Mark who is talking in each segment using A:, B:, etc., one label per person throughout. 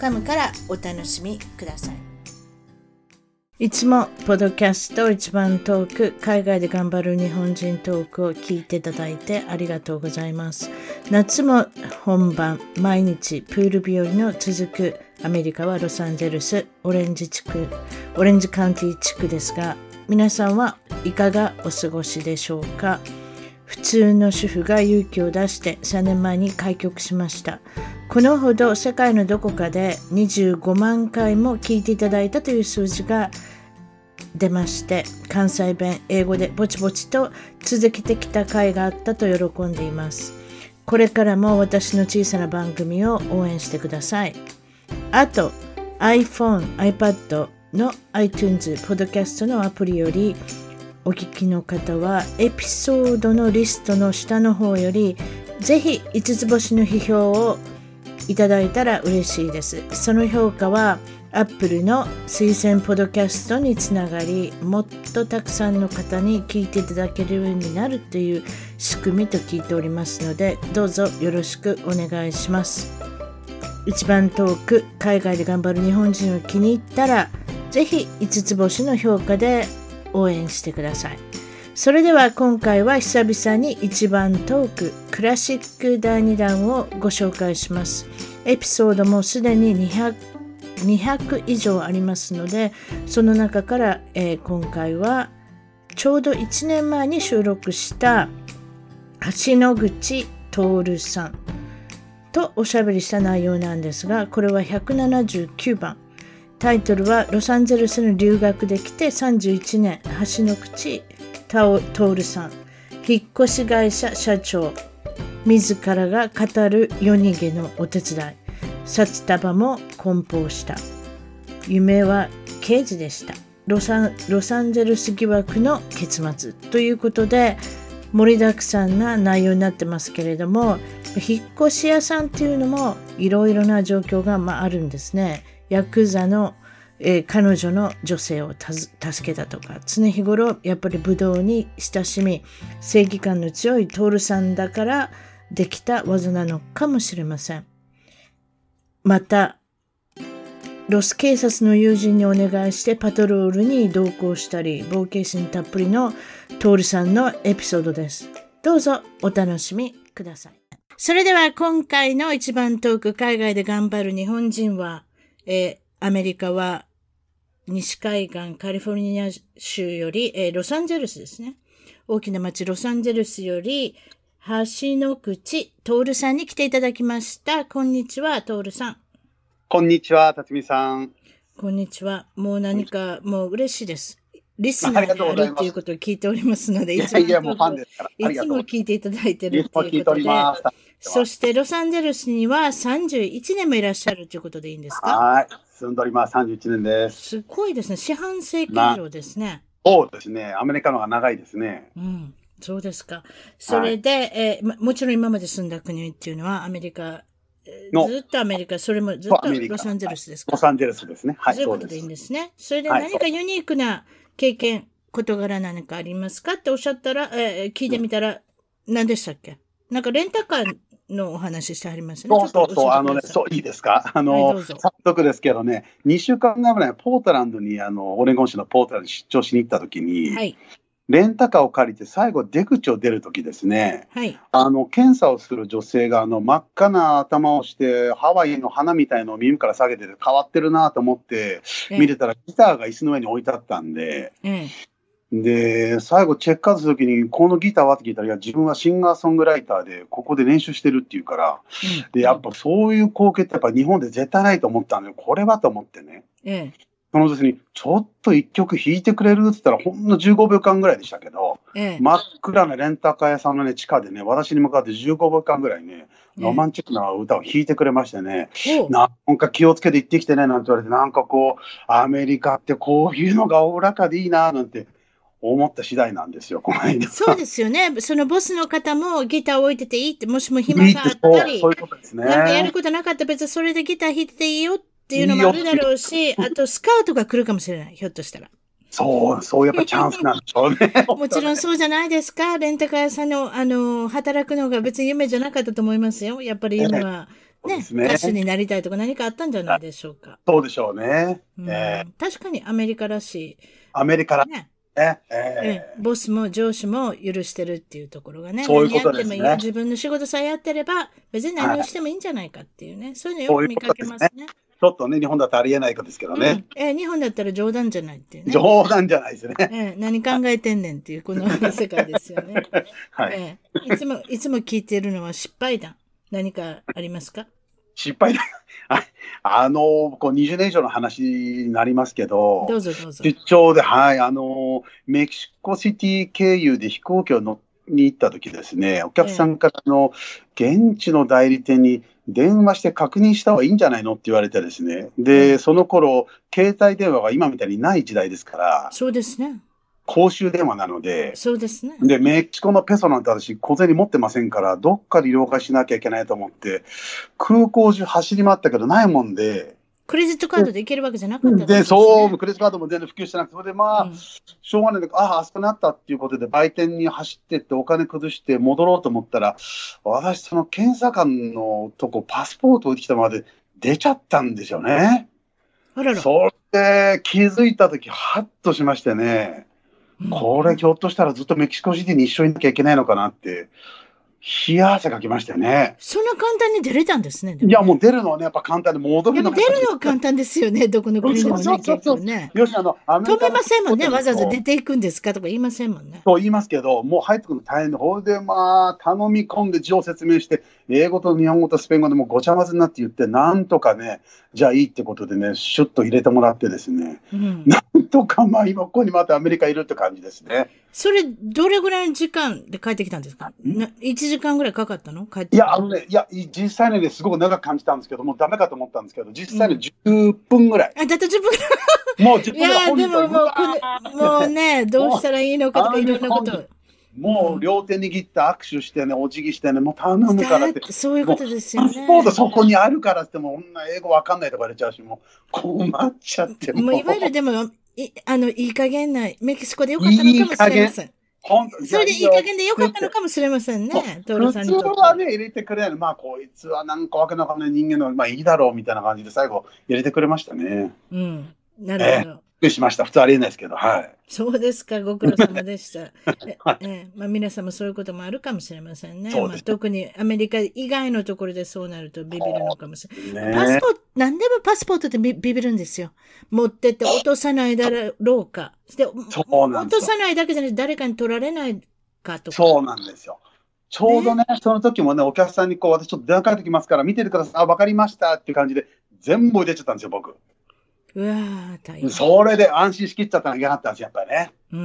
A: .com からお楽しみくださいいつもポッドキャスト一番トーク海外で頑張る日本人トークを聞いていただいてありがとうございます夏も本番毎日プール日和の続くアメリカはロサンゼルスオレンジ地区オレンジカウンティ地区ですが皆さんはいかがお過ごしでしょうか普通の主婦が勇気を出して3年前に開局しましたこのほど世界のどこかで25万回も聞いていただいたという数字が出まして関西弁英語でぼちぼちと続けてきた回があったと喜んでいますこれからも私の小さな番組を応援してくださいあと iPhone、iPad の iTunes、Podcast のアプリよりお聞きの方はエピソードのリストの下の方よりぜひ5つ星の批評をいただいたら嬉しいですその評価は Apple の推薦ポドキャストにつながりもっとたくさんの方に聞いていただけるようになるという仕組みと聞いておりますのでどうぞよろしくお願いします一番遠く海外で頑張る日本人を気に入ったらぜひ5つ星の評価で応援してください。それでは今回は久々に一番トーククラシック第2弾をご紹介します。エピソードもすでに 200, 200以上ありますのでその中から、えー今回はちょうど1年前に収録した橋野口徹さんとおしゃべりした内容なんですがこれは179番タイトルは「ロサンゼルスに留学できて31年橋の口徹さん引っ越し会社社長自らが語る夜逃げのお手伝い札束も梱包した夢は刑事でしたロサンロサンゼルス疑惑の結末ということで盛りだくさんな内容になってますけれども引っ越し屋さんっていうのもいろいろな状況が、まあ、あるんですね。ヤクザの、えー彼女の女性をたず助けたとか常日頃やっぱり武道に親しみ正義感の強い徹さんだからできた技なのかもしれません。またロス警察の友人にお願いしてパトロールに同行したり冒険心たっぷりの徹さんのエピソードです。どうぞお楽しみください。それでは今回の一番トーク海外で頑張る日本人は、えーアメリカは西海岸カリフォルニア州より、えーロサンゼルスですね。大きな町ロサンゼルスより橋の口徹さんに来ていただきました。こんにちは、徹さん。
B: こんにちは、辰巳さん。
A: こんにちは。もう何か、もう嬉しいです。リスナ
B: あり
A: ー
B: がとう
A: で
B: ご
A: ある
B: ざいま
A: っ
B: す
A: ていうことを聞いておりますので、
B: い
A: い
B: や
A: つも
B: いや、もうファンですから。あり
A: い
B: が
A: つ
B: とう
A: も
B: ござい
A: 聞いていただいて
B: ます。
A: る
B: い
A: っ
B: つ
A: て
B: も
A: い
B: 聞
A: う
B: いて
A: こ
B: お
A: と
B: り
A: で、
B: ます。
A: そしてロサンゼルスには31年もいらっしゃるということでいいんですか
B: はい。住んでおります。31年です。
A: すごいですね。四半世紀以上ですね。
B: そうですね。アメリカの方が長いですね。
A: うん。そうですか。それで、えーまもちろん今まで住んだ国っていうのはアメリカ、えー
B: の
A: ずっとアメリカ、それもずっ
B: そう
A: と
B: アメリカ
A: ロサンゼルスですか
B: ロサンゼルスですね。はい、
A: そういう
B: そ
A: こ
B: う
A: と
B: で。
A: でいいんですすね。それで
B: はい
A: 何かユニークな経験、事柄何かありますかっておっしゃったら、えー聞いてみたら、何でしたっけなんかレンタカーのお話してはりましたね。
B: そうそう
A: ちょっと
B: そう。
A: 教えて
B: あのね、
A: くださ
B: そう、いいですか。あ
A: いはい、
B: の、
A: どうぞ。
B: 早速ですけどね、2週間ぐらい前、ポートランドに、あの、オレゴン州のポートランドに出張しに行った時に、
A: はい、
B: レンタカーを借りて最後出口を出る時ですね、
A: はい、
B: あの、検査をする女性が、あの、真っ赤な頭をして、ハワイの花みたいのを耳から下げてて変わってるなと思って、
A: ええ
B: 見てたらギターが椅子の上に置いてあったんで、
A: ええ
B: で、最後チェックアウトするときに、このギターはって聞いたら、いや、自分はシンガーソングライターで、ここで練習してるっていうから、
A: うん
B: で、やっぱそういう光景ってやっぱ日本で絶対ないと思ったんで、これはと思ってね。
A: ええ
B: その時に、ちょっと一曲弾いてくれるって言ったら、ほんの15秒間ぐらいでしたけど、
A: ええ
B: 真っ暗なレンタカー屋さんのね、地下でね、私に向かって15秒間ぐらいね、
A: え
B: ロマンチックな歌を弾いてくれましてね、
A: おう
B: なんか気をつけて行ってきてね、なんて言われて、なんかこう、アメリカってこういうのがおおらかでいいな、なんて思った次第なんですよ、この間。
A: そうですよね。そのボスの方もギター置いてていいって、もしも暇
B: いい
A: が
B: って
A: あっ
B: そう
A: たり
B: そ、ういうことですね。
A: なんかやることなかったら別にそれでギター弾いてていいよっていうのもあるだろうし、あとスカウトが来るかもしれない、ひょっとしたら。
B: そう、そうやっぱチャンスなんでしょうね。
A: もちろんそうじゃないですか。レンタカー屋さんの、あの、働くのが別に夢じゃなかったと思いますよ。やっぱり夢は、
B: そう
A: ね
B: ですね
A: 歌手になりたいとか何かあったんじゃないでしょうか。
B: そうでしょうね。
A: うん
B: え
A: 確かにアメリカらし
B: アメリカら
A: い、ね
B: ね。え
A: ええ
B: え
A: ボスも上司も許してるっていうところがね、
B: そういうことですね
A: 何やってもいい自分の仕事さえやってれば、別に何をしてもいいんじゃないかっていうね、そういうのよく見かけますね。
B: ちょっとね、日本だとありえないことですけどね。
A: うんええ日本だったら冗談じゃないっていうね。
B: 冗談じゃないですね。
A: ええ、何考えてんねんっていうこの世界ですよね。
B: はい。
A: ええ、いつも いつも聞いているのは失敗談。何かありますか？
B: 失敗だ。ああの、こう20年以上の話になりますけど、
A: どうぞどうぞ。
B: 出張で、はい、あの、メキシコシティ経由で飛行機を乗に行った時ですね、お客さんからあの、現地の代理店に電話して確認した方がいいんじゃないのって言われてですね、
A: う
B: で、その頃、携帯電話が今みたいにない時代ですから、
A: そうですね。
B: 公衆電話なので、
A: そうですね。
B: で、メキシコのペソなんて私、小銭持ってませんから、どっかで了解しなきゃいけないと思って、空港中走り回ったけど、ないもんで、
A: クレジットカードでいけるわけじゃなかったん
B: で、
A: すね
B: そう、クレジットカードも全然普及してなくて、それでまあ、しょうがないんだけど、ああ、あそこにあったっていうことで、売店に走ってって、お金崩して戻ろうと思ったら、私、その検査官のとこ、パスポート置いてきたままで出ちゃったんですよね。
A: うんあらら。
B: それで気づいたとき、はっとしましてね、
A: うん
B: これ、ひょっとしたらずっとメキシコシティに一緒にいなきゃいけないのかなって、冷や汗かきましたよね。
A: そんな簡単に出れたんですね。でも
B: いや、もう出るのはね、やっぱ簡単で、戻
A: や
B: る
A: っぱ
B: のが
A: 出るのは簡単ですよね。どこの国でも
B: そう
A: ね、
B: そう
A: 結
B: そうそう
A: 構ね。
B: よし、あの、アメリ
A: 止
B: カ
A: め
B: の
A: ませんもんね。
B: そう
A: わざわざ出ていくんですかとか言いませんもんね。
B: と言いますけど、もう入ってくるの大変で、ほいでまあ、頼み込んで字を説明して、英語と日本語とスペイン語でもうごちゃ混ぜになって言って、なんとかね、じゃあいいってことでね、シュッと入れてもらってですね、
A: うん
B: なんとかまあ、今ここにまたアメリカいるって感じですね。
A: それ、どれぐらいの時間で帰ってきたんですかな ?1 時間ぐらいかかったの帰ってき
B: い
A: たの
B: や、あのね、いや、実際にね、すごく長く感じたんですけど、もうダメかと思ったんですけど、実際に10分ぐらい、
A: あ、だって10分ぐらい。
B: もう
A: い
B: 10分ぐらい
A: や、でももう、こ
B: 本 当
A: のもうね、どうしたらいいのかとかいろんなことを。
B: もう両手握って握手してね、お辞儀してね、もう頼むからって。
A: そういうことですよ
B: パ
A: ね。
B: スポートそこにあるからっても、女英語わかんないとか言われちゃうし、もう困っちゃって、
A: もういわゆるでも、いあの、いい加減な、メキシコでよかったのかもしれません。
B: 本当に
A: それでいい加減でよかったのかもしれません
B: そう
A: ね、トールさんに
B: 普
A: と
B: 通
A: っ
B: は
A: て。
B: ね、入れてくれないまあ、こいつはなんかわけのわかんない人間の、まあいいだろうみたいな感じで最後入れてくれましたね。
A: うん。なるほど。
B: びっくりしました。普通ありえないですけど、はい。
A: そうですか、ご苦労様で した。え
B: はい
A: えまあ、皆さんもそういうこともあるかもしれませんね。
B: そう
A: ま
B: で
A: あ、
B: す
A: 特にアメリカ以外のところでそうなるとビビるのかもしれない。パス
B: ね
A: ポート、何でもパスポートってビビビるんですよ。持ってって落とさないだろうか。で、
B: そうなん
A: 落
B: ですよ
A: とさないだけじゃなくて誰かに取られないかとか。
B: そうなんですよ。ちょうどね、その時もね、お客さんにこう、私ちょっと電話かけてきますから、見ててください。あ、わかりましたっていう感じで、全部入れちゃったんですよ、僕。
A: うわー、大変。
B: それで安心しきっちゃったのが嫌だったんですよ、やっぱりね。
A: うー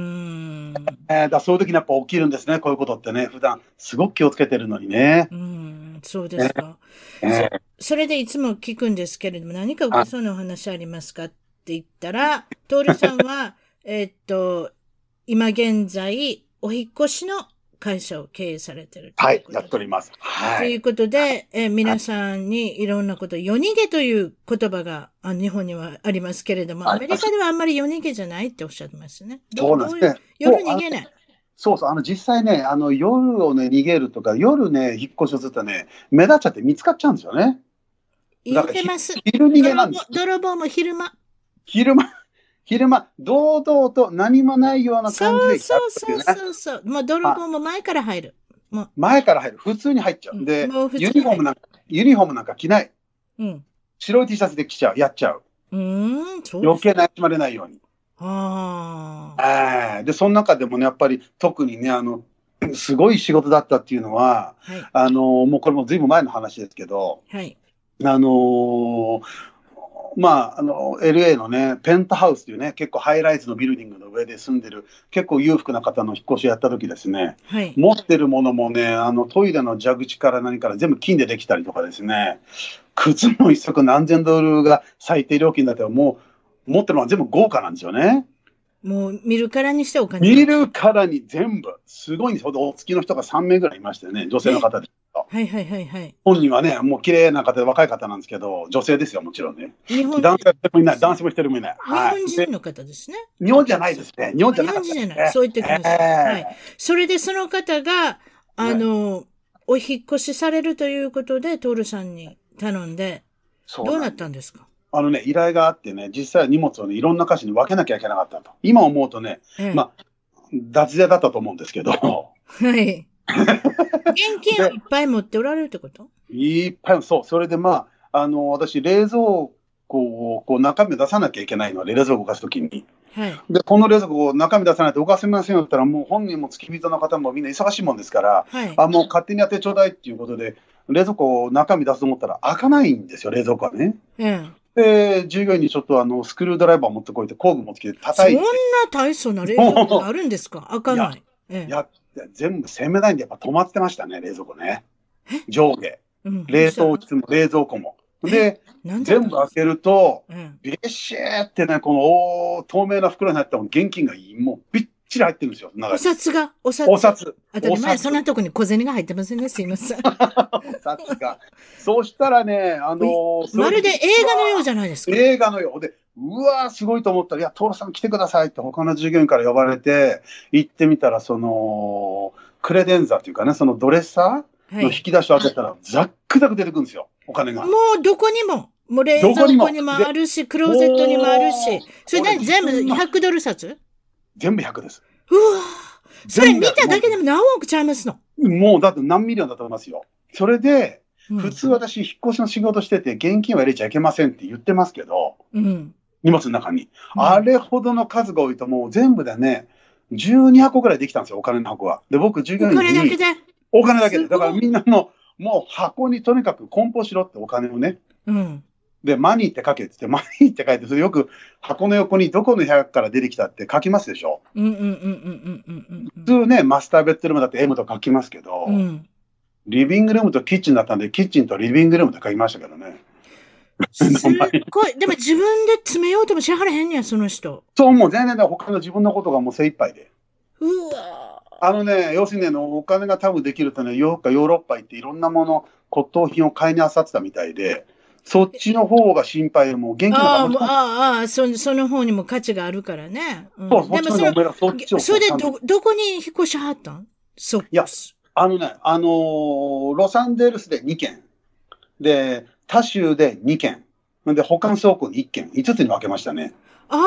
A: ん。
B: えー、だからそういう時にやっぱ起きるんですね、こういうことってね、普段すごく気をつけてるのにね。
A: うーん、そうですか。
B: えー
A: それでいつも聞くんですけれども、何か受けそうなお話ありますかって言った ら、トールさんは、えーっと、今現在、お引っ越しの会社を経営されてると
B: は
A: いう
B: い
A: こ、と
B: やっております。は
A: とい
B: い。
A: うことで、えー皆さんにいろんなこと、夜逃げという言葉があ日本にはありますけれども、
B: あ
A: アメリカではあんまり夜逃げじゃないっておっしゃってますね。ど
B: そうなん
A: ど
B: で
A: い
B: すね。
A: 夜逃げない。
B: そうそう、あの実際ね、あの夜をね、逃げるとか、夜ね、引っ越しをするとね、目立っちゃって見つかっちゃうんですよね。
A: 言ってます。
B: 昼逃げ
A: 泥
B: なんで
A: 棒
B: す。
A: 泥棒も昼間。
B: 昼間、昼間、堂々と何もないような感じ
A: そう
B: で来たっ
A: そうそう
B: てい
A: う
B: ね。
A: そうそう。もう泥棒も前から入る。
B: 前から入る。普通に入っちゃ
A: う
B: う。
A: ん
B: で、
A: もう普通
B: ユ
A: に
B: ニフォームなんか、ユニフォームなんか着ない。
A: うん。
B: 白い T シャツで着ちゃう。やっちゃう。
A: うーん、そうで
B: 余
A: す
B: 計なしまれないように。
A: ああ。
B: ええで、その中でもね、やっぱり特にね、あの、すごい仕事だったっていうのは、
A: はい。
B: あの、もうこれもずいぶん前の話ですけど、
A: はい。
B: あのーまあ、あの、LA のね、ペントハウスというね、結構ハイライズのビルディングの上で住んでる、結構裕福な方の引っ越しをやった時ですね、
A: はい。
B: 持ってるものもね、あの、トイレの蛇口から何から全部金でできたりとかですね、靴も一足何千ドルが最低料金だけど、もう、持ってるのは全部豪華なんですよね。
A: もう見るからにしてお金。
B: 見るからに全部、すごいんですよ。お付きの人が3名ぐらいいましたよね、女性の方で。
A: はいはいはいはい。
B: 本人はね、もう綺麗な方で若い方なんですけど、女性ですよ、もちろんね。
A: 日本
B: 男性は一人もいない、男性も一人もいない。
A: 日
B: はい
A: 本。人の方ですね。
B: 日本じゃないですね。日本じゃなかったです
A: 日本人
B: ね
A: じゃないそう言ってくださいはい
B: え
A: それでその方が、あの、お引っ越しされるということで、トールさんに頼んで、
B: えそう
A: ど
B: な
A: うんな
B: だ
A: ったんですか
B: あのね、依頼があってね、実際は荷物をね、いろんな箇所に分けなきゃいけなかったと。今思うとね、
A: ええ
B: ま脱税だったと思うんですけど、
A: はい。現金をいっぱい持っておられるってこと
B: いっぱい、そう、それでまあ、あの、私、冷蔵庫をこう中身を出さなきゃいけないので、冷蔵庫を動かすときに。
A: はい。
B: で、この冷蔵庫を中身出さないと動かせませんよって言ったら、もう本人も付き人の方もみんな忙しいもんですから、
A: はい。
B: あ、もう勝手にやってちょうだいっていうことで、冷蔵庫を中身出すと思ったら開かないんですよ、冷蔵庫はね。
A: ええ。
B: で、従業員にちょっとあの、スクリュードライバー持ってこいって工具持ってきて
A: そ
B: 叩
A: ん
B: い
A: な
B: て、
A: 大層な冷 蔵庫があるんですか開かない。ええ。
B: やって、全部洗面台にやっぱ止まってましたね、冷蔵庫ね。上下。
A: うん
B: 冷凍室も冷蔵庫も。で、
A: なんだろう
B: 全部開けると、
A: ええ
B: びっしーってね、このお透明な袋に入った現金がもうびっちり入ってるんですよ、
A: お
B: 中に。
A: 札が、お札。
B: お札。
A: 当たり
B: お
A: 前、
B: 札
A: そんなとこに小銭が入ってませんね。すいま せん。
B: お札が。そうしたらね、あの
A: まるで映画のよう
B: じ
A: じゃないですか。
B: 映画のようで、うわー、すごいと思ったら、いや、トールさん来てくださいって、他の従業員から呼ばれて、行ってみたら、その、クレデンザっていうかね、そのドレッサー
A: は
B: の
A: い
B: 引。き出しを開けたら、ざっくざく出てくるんですよ、お金が。
A: もうどこにも。もう冷
B: ど
A: 蔵
B: こにも
A: 庫にもあるし、クローゼットにもある
B: お
A: し
B: ー。
A: それ何
B: 俺
A: 全部
B: そんな
A: 100ドル札
B: 全部100です。
A: うわぁそれ
B: 全
A: 見
B: 部
A: ただけでも何億ちゃいますの。
B: もう、だって何ミリオンだと思いますよ。それで、
A: うん
B: 普通私、引っ越しの仕事してて、現金は入れちゃいけませんって言ってますけど、
A: うん。
B: 荷物の中に。あれほどの数が多いと、もう全部でね、12箱ぐらいできたんですよ、お金の箱は。で、僕、従
A: お
B: 業員
A: 金
B: に。
A: だけで。
B: お金だけ
A: すごい
B: で。だからみんなもう、もう箱にとにかく梱包しろってお金をね。
A: うん。
B: で、マニーって書けって言 って、マニーって書いて、それよく箱の横にどこの部屋から出てきたって書きますでしょ。
A: うんうんうんうんうんうんうん
B: 普通ね、マスターベッドルームだって M と書きますけど、
A: うん。うん。
B: リビングルームとキッチンだったんで、キッチンとリビングルームって書きましたけどね。
A: すっごい。でも自分で詰めようともしはらへんねや、その人。
B: そう、もう全然ね、他の自分のことがもう精一杯で。
A: うわ
B: あのね、要するにね、お金が多分できるとね、ヨーロッパヨーロッパ行っていろんなもの、骨董品を買いに漁ってたみたいで、そっちの方が心配で、もう現金の
A: ああ、
B: 方
A: もう
B: が。
A: ああ、ああ、そその方にも価値があるからね。うん
B: そう、そっ
A: でも
B: ちの
A: そ
B: 方がお
A: れ
B: 前らそっちを
A: それでど、どこに引っ越しはったんそ
B: いやあのね、あのーロサンゼルスで2件、で、他州で2件、で、保管倉庫に1件、5つに分けましたね。
A: あ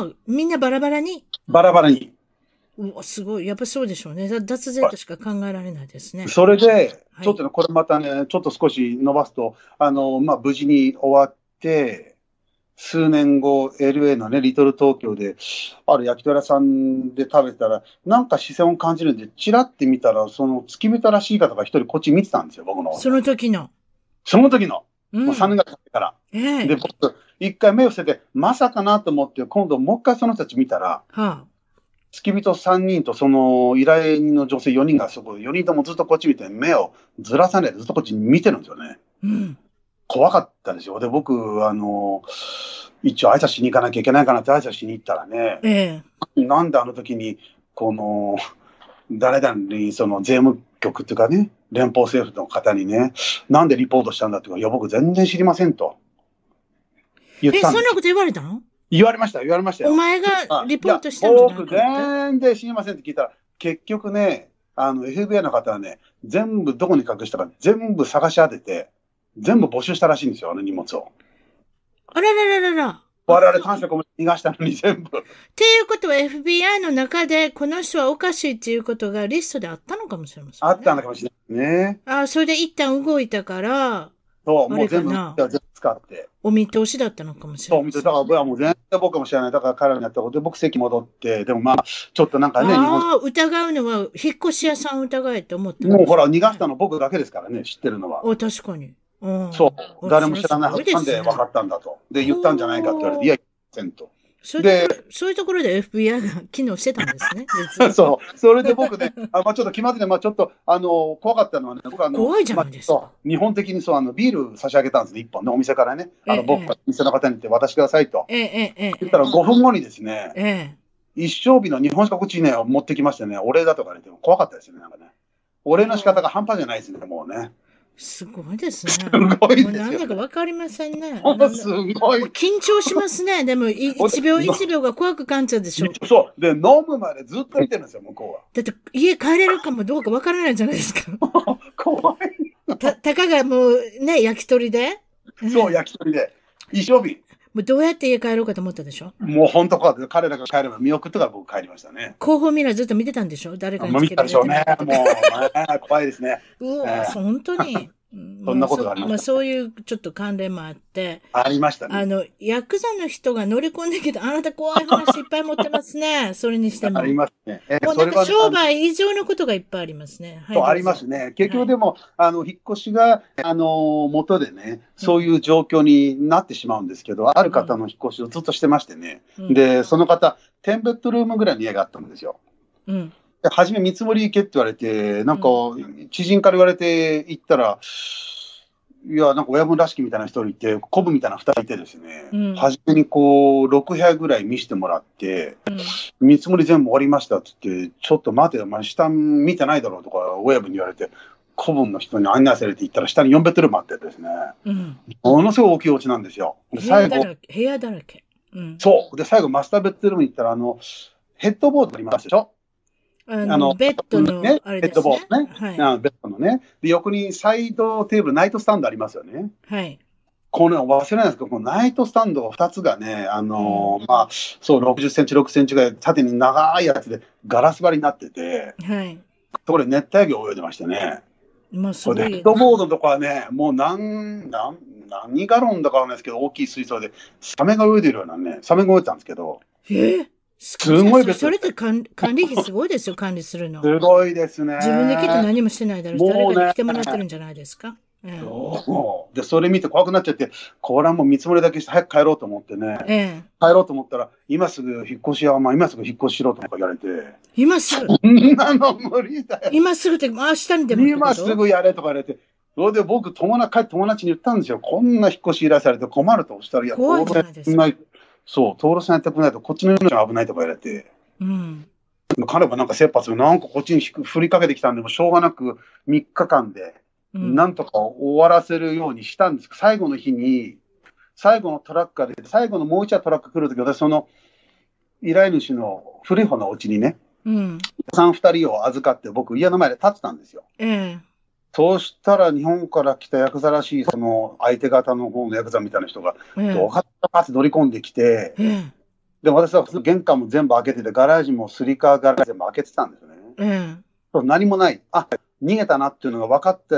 A: あ、みんなバラバラに。
B: バラバラに。
A: うわすごい。やっぱそうでしょうね。だ脱税としか考えられないですね。
B: それで
A: は、い
B: ちょっとね、これまたね、ちょっと少し伸ばすと、あのーまあ、無事に終わって、数年後、LA のね、リトル東京で、ある焼き鳥屋さんで食べてたら、なんか視線を感じるんで、チラって見たら、その月人らしい方が一人こっち見てたんですよ、僕の。
A: その時の。
B: その時の、
A: う
B: もう3年が経ってから。
A: ええ
B: で、僕、一回目を伏せて、まさかなと思って、今度もう一回その人たち見たら、
A: はあ。
B: 付き人3人とその依頼人の女性4人がそこ、4人ともずっとこっち見て、目をずらさないでずっとこっち見てるんですよね。
A: うん。
B: 怖かったですよ。で、僕、あの、一応挨拶しに行かなきゃいけないかなって挨拶しに行ったらね、
A: ええ
B: なんであの時に、この、誰々に、その税務局っていうかね、連邦政府の方にね、なんでリポートしたんだっていうか、いや、僕全然知りませんと。言っ
A: え、
B: た
A: そ
B: ん
A: んな
B: です
A: こと言われたの
B: 言われました、言われましたよ。
A: お前がリポートしたんじゃないかっ
B: 僕、
A: て
B: 全然知りませんって聞いたら、結局ね、あの、FBI の方はね、全部どこに隠したか、全部探し当てて、全部募集したらしいんですよ、あの荷物を。
A: あららららら。
B: 我々感謝込めて逃がしたのに全部。
A: っていうことは FBI の中でこの人はおかしいっていうことがリストであったのかもしれません、
B: あったの
A: か
B: かもしれないね。
A: ああ、それで一旦動いたから、
B: そう、もう全部、
A: あれかな
B: 全部使って。
A: お見通しだったのかもしれ
B: そう、
A: ま
B: 見
A: せ
B: て
A: ん。
B: だから、僕はもう全然僕も知らない。だから彼らにやったことで、僕席戻って、でもまあ、ちょっとなんかね、日本、
A: ああ、疑うのは引っ越し屋さんを疑えと思ったんですね
B: もうほら、逃がしたの僕だけですからね、知ってるのは。
A: あ、確かに。うん、
B: そう、誰も知らないはずなん
A: それ
B: で
A: ごいで
B: す
A: すね
B: 分かったんだと。で、言ったんじゃないかって言われて、いや、言いませんと。
A: そういうところそういうところで FBI が機能してたんですね。実は
B: そう、それで僕ね、あまあ、ちょっと決まってね、まあ、ちょっとあの怖かったのはね、僕あの
A: 怖いじゃないですか
B: まあそう日本的にそうあのビール差し上げたんですね、1本ね、お店からね、あ
A: え
B: の
A: え
B: 僕が店の方に行って渡してくださいと。
A: えええええ
B: 言ったら5分後にですね、
A: ええ
B: 一生日の日本しかこっちにね、持ってきましてね、お礼だとかね、でも怖かったですよね、なんかね。お礼の仕方が半端じゃないですね、もうね。
A: え、すごいですね。
B: すごいです
A: もう
B: よ
A: なんだかわかりませんね。
B: ほんとすごい。
A: 緊張しますね。でも、い一秒一秒が怖く感じたでしょ。
B: そう。で、飲むまでずっと見てるんですよ、向こ
A: だって、家帰れるかもどうかわからないじゃないですか。
B: うは。怖い。
A: た、たかがもうね、焼き鳥で。
B: そう、
A: んも
B: 焼き鳥で。一生日。
A: うどうやって家帰ろうかと思ったでし ょ。
B: もう本当怖かった。彼らが帰れば見送ってから僕帰りましたね。
A: 後方ミラーずっと見てたんでしょ誰か
B: もう見
A: につけ
B: た
A: られ
B: でしょう
A: てな
B: ね
A: いか。とか
B: もう、ね怖いですね。
A: うわ、本当に。
B: そんなことがあり
A: ま
B: ました
A: あ、そういうちょっと関連もあって、
B: ありましたね。
A: あの、ヤクザの人が乗り込んできて、あなた怖い話いっぱい持ってます ね。それにしても。
B: あり
A: も
B: ますね。え
A: うなんか
B: それは
A: 商売以上のことがいっぱいありますね。はい
B: そうあります。ね。結局でも、あの、引っ越しが、あの、元でね、そういう状況になってしまうんですけど、ある方の引っ越しをずっとしてましてね。
A: どうぞ、
B: で、その方、10ベッドルームぐらいの家があったんですよ。
A: うん、うん。
B: で初め見積もり行けって言われて、なんか、知人から言われて行ったら、いや、なんか親分らしきみたいな人いて、コブみたいな二人いてですね、
A: うん
B: 初めにこう、6部屋ぐらい見せてもらって、
A: うん
B: 見積もり全部終わりましたって言って、ちょっと待てよ、お前下見てないだろうとか、親分に言われて、古文の人に案内されて行ったら、下に4ベッドルームあってですね、
A: うん。
B: ものすごい大きいお家なんですよ。で
A: 部屋
B: 最
A: だ
B: 後、
A: らけ。部屋だらけ。うん。
B: そう。で、最後、マスターベッドルームに行ったら、あの、ヘッドボードありますでしょ、
A: あの、
B: あの
A: ベッドの、
B: ね
A: あれで
B: ヘッド
A: す
B: ボ
A: ね
B: ー。ドね。
A: はい。
B: あのベッドのね。で、横にサイドテーブル、ナイトスタンドありますよね。
A: はい。
B: この忘れないですけど、このナイトスタンドが2つがね、あのー
A: うん
B: まあ、そう、60センチ、6センチぐらい、縦に長いやつで、ガラス張りになってて、
A: はい。
B: そこで熱帯魚泳いでましてね。
A: まあ、す
B: そ
A: ご
B: れ
A: い。
B: でヘッドボードとかはね、もう何、何、何ガロンだかわかんないですけど、大きい水槽で、サメが泳いでるようなね、サメが泳いでたんですけど、
A: えーす
B: すごいベッド
A: それって管管理費すごいですよ、管理す るの。
B: すごいですね。
A: 自分で来て何もしてないだろうし、
B: もう
A: 誰
B: ね
A: かに来てもらってるんじゃないですか。え
B: そうで、それ見て怖くなっちゃって、これはもう見積もりだけして早く帰ろうと思ってね、
A: えええ
B: 帰ろうと思ったら、今すぐ引っ越しや、まあ今すぐ引っ越ししろとか言 われて、
A: 今すぐ、
B: そんなの無理だよ。
A: 今すぐって、明日にでもってこと
B: 今すぐやれとか言われて、それで僕、友達、帰って友達に言ったんですよ。こんな引っ越し依頼されて困るとおっしゃる。いや、
A: 怖いじゃないですか
B: 登録さんやってくんないそう、登録さんやってくんないと、こっちの命が危ないとか言われて、
A: うん。
B: 彼もなんか切羽詰め、なんかこっちに引く振りかけてきたんで、もうしょうがなく3日間で、
A: うん
B: なんとか終わらせるようにしたんです。最後の日に、最後のトラックが出て、最後のもう一台トラック来るとき、私、その依頼主の古い方のお家にね、
A: うん。
B: お子さん2人を預かって、僕、家の前で立ってたんですよ。
A: ええ。
B: そうしたら日本から来たヤクザらしい、その相手方の方のヤクザみたいな人が、
A: ええ
B: ドカッドカッて乗り込んできて、
A: ええ。
B: で、私は玄関も全部開けてて、ガラージもスリカーガラージ全部開けてたんですよね。
A: ええ。
B: そう何もない。あ、逃げたなっていうのが分かった、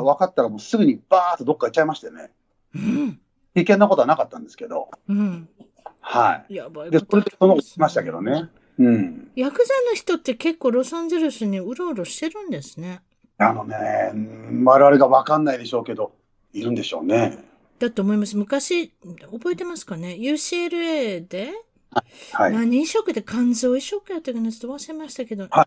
A: ん
B: 分かったらもうすぐにバーッとどっか行っちゃいましたよね。
A: うん。
B: 危険なことはなかったんですけど、
A: うん。
B: は
A: やば
B: い。
A: い
B: で、
A: こ
B: そ
A: と
B: れでその後来ましたけどね。うん。
A: ヤクザの人って結構ロサンゼルスにうろうろしてるんですね。
B: あのね、うん我々が分かんないでしょうけど、いるんでしょうね。
A: だと思います。昔、覚えてますかね ?UCLA で、
B: はい。
A: 何移植で肝臓移植やったかなちょっと忘れましたけど、
B: はい。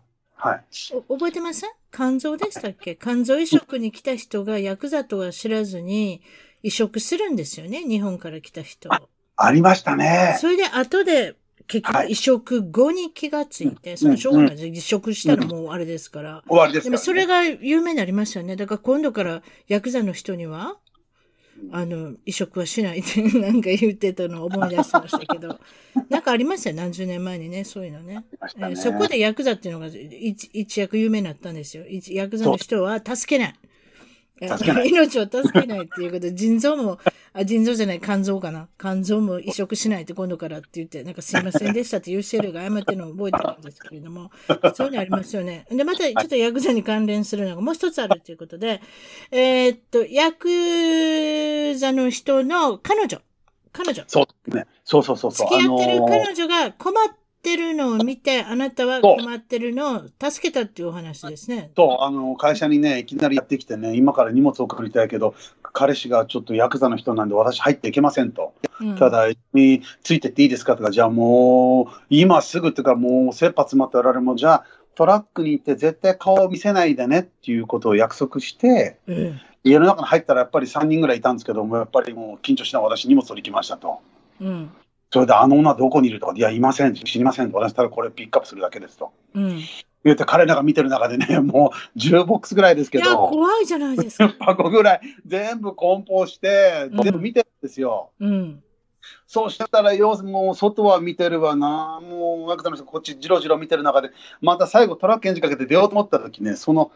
A: お覚えてません肝臓でしたっけ肝臓移植に来た人がヤクザとは知らずに移植するんですよね。日本から来た人を。
B: ありましたね。
A: それで後で結
B: は
A: 局
B: い
A: 移植後に気がついて、そのしょうがないです。移植したらもうあれですから。
B: 終わりです
A: で
B: か
A: も
B: ら、ね。
A: それが有名になりましたよね。だから今度からヤクザの人には、あの、移植はしないってなんか言ってたのを思い出してましたけど、なんかありましたよ。何十年前にね、そういうのね。
B: まし
A: え
B: たね
A: ーそこでヤクザっていうのが一一躍有名になったんですよ。一ヤクザの人は助けない。えー
B: 助けない
A: 命を助けないっていうことで、腎臓も、あ、腎臓じゃない、肝臓かな。肝臓も移植しないって今度からって言って、なんかすいませんでしたって UCL が謝ってるのを覚えてるんですけれど も、そういうのありますよね。で、またちょっとヤクザに関連するのがもう一つあるということで、えーっと、ヤクザの人の彼女、彼女、
B: そうですね。そうそうそうそ
A: 付
B: う。
A: き合ってる
B: あのー
A: 彼女が困っってるのを見て、あなたは困ってるのを助けたっていうお話ですね。
B: と、あの、会社にね、いきなりやってきてね、今から荷物送りたいけど、彼氏がちょっとヤクザの人なんで私入っていけませんと。
A: うん
B: ただ、についてっていいですかとか、じゃあもう、今すぐとか、もう、切羽詰まって我々も、じゃあ、トラックに行って絶対顔を見せないでねっていうことを約束して、
A: うん
B: 家の中に入ったらやっぱり3人ぐらいいたんですけども、やっぱりもう緊張しながら私荷物取り来ましたと。
A: うん
B: それで、あの女どこにいるとか、いや、いません、知りませんと、私ただこれピックアップするだけですと。
A: うん、い
B: 言って彼らが見てる中でね、 もう10ボックスぐらいですけ
A: や、
B: ど、
A: 怖いじゃないですか。
B: 箱ぐらい全部梱包して、
A: うん
B: 全部見てるんですよ。
A: うん、
B: そうしたら、要するにもう外は見てるわな、もうワクタの人、こっちじろじろ見てる中で、また最後トラックエンジンかけて出ようと思った時ね、その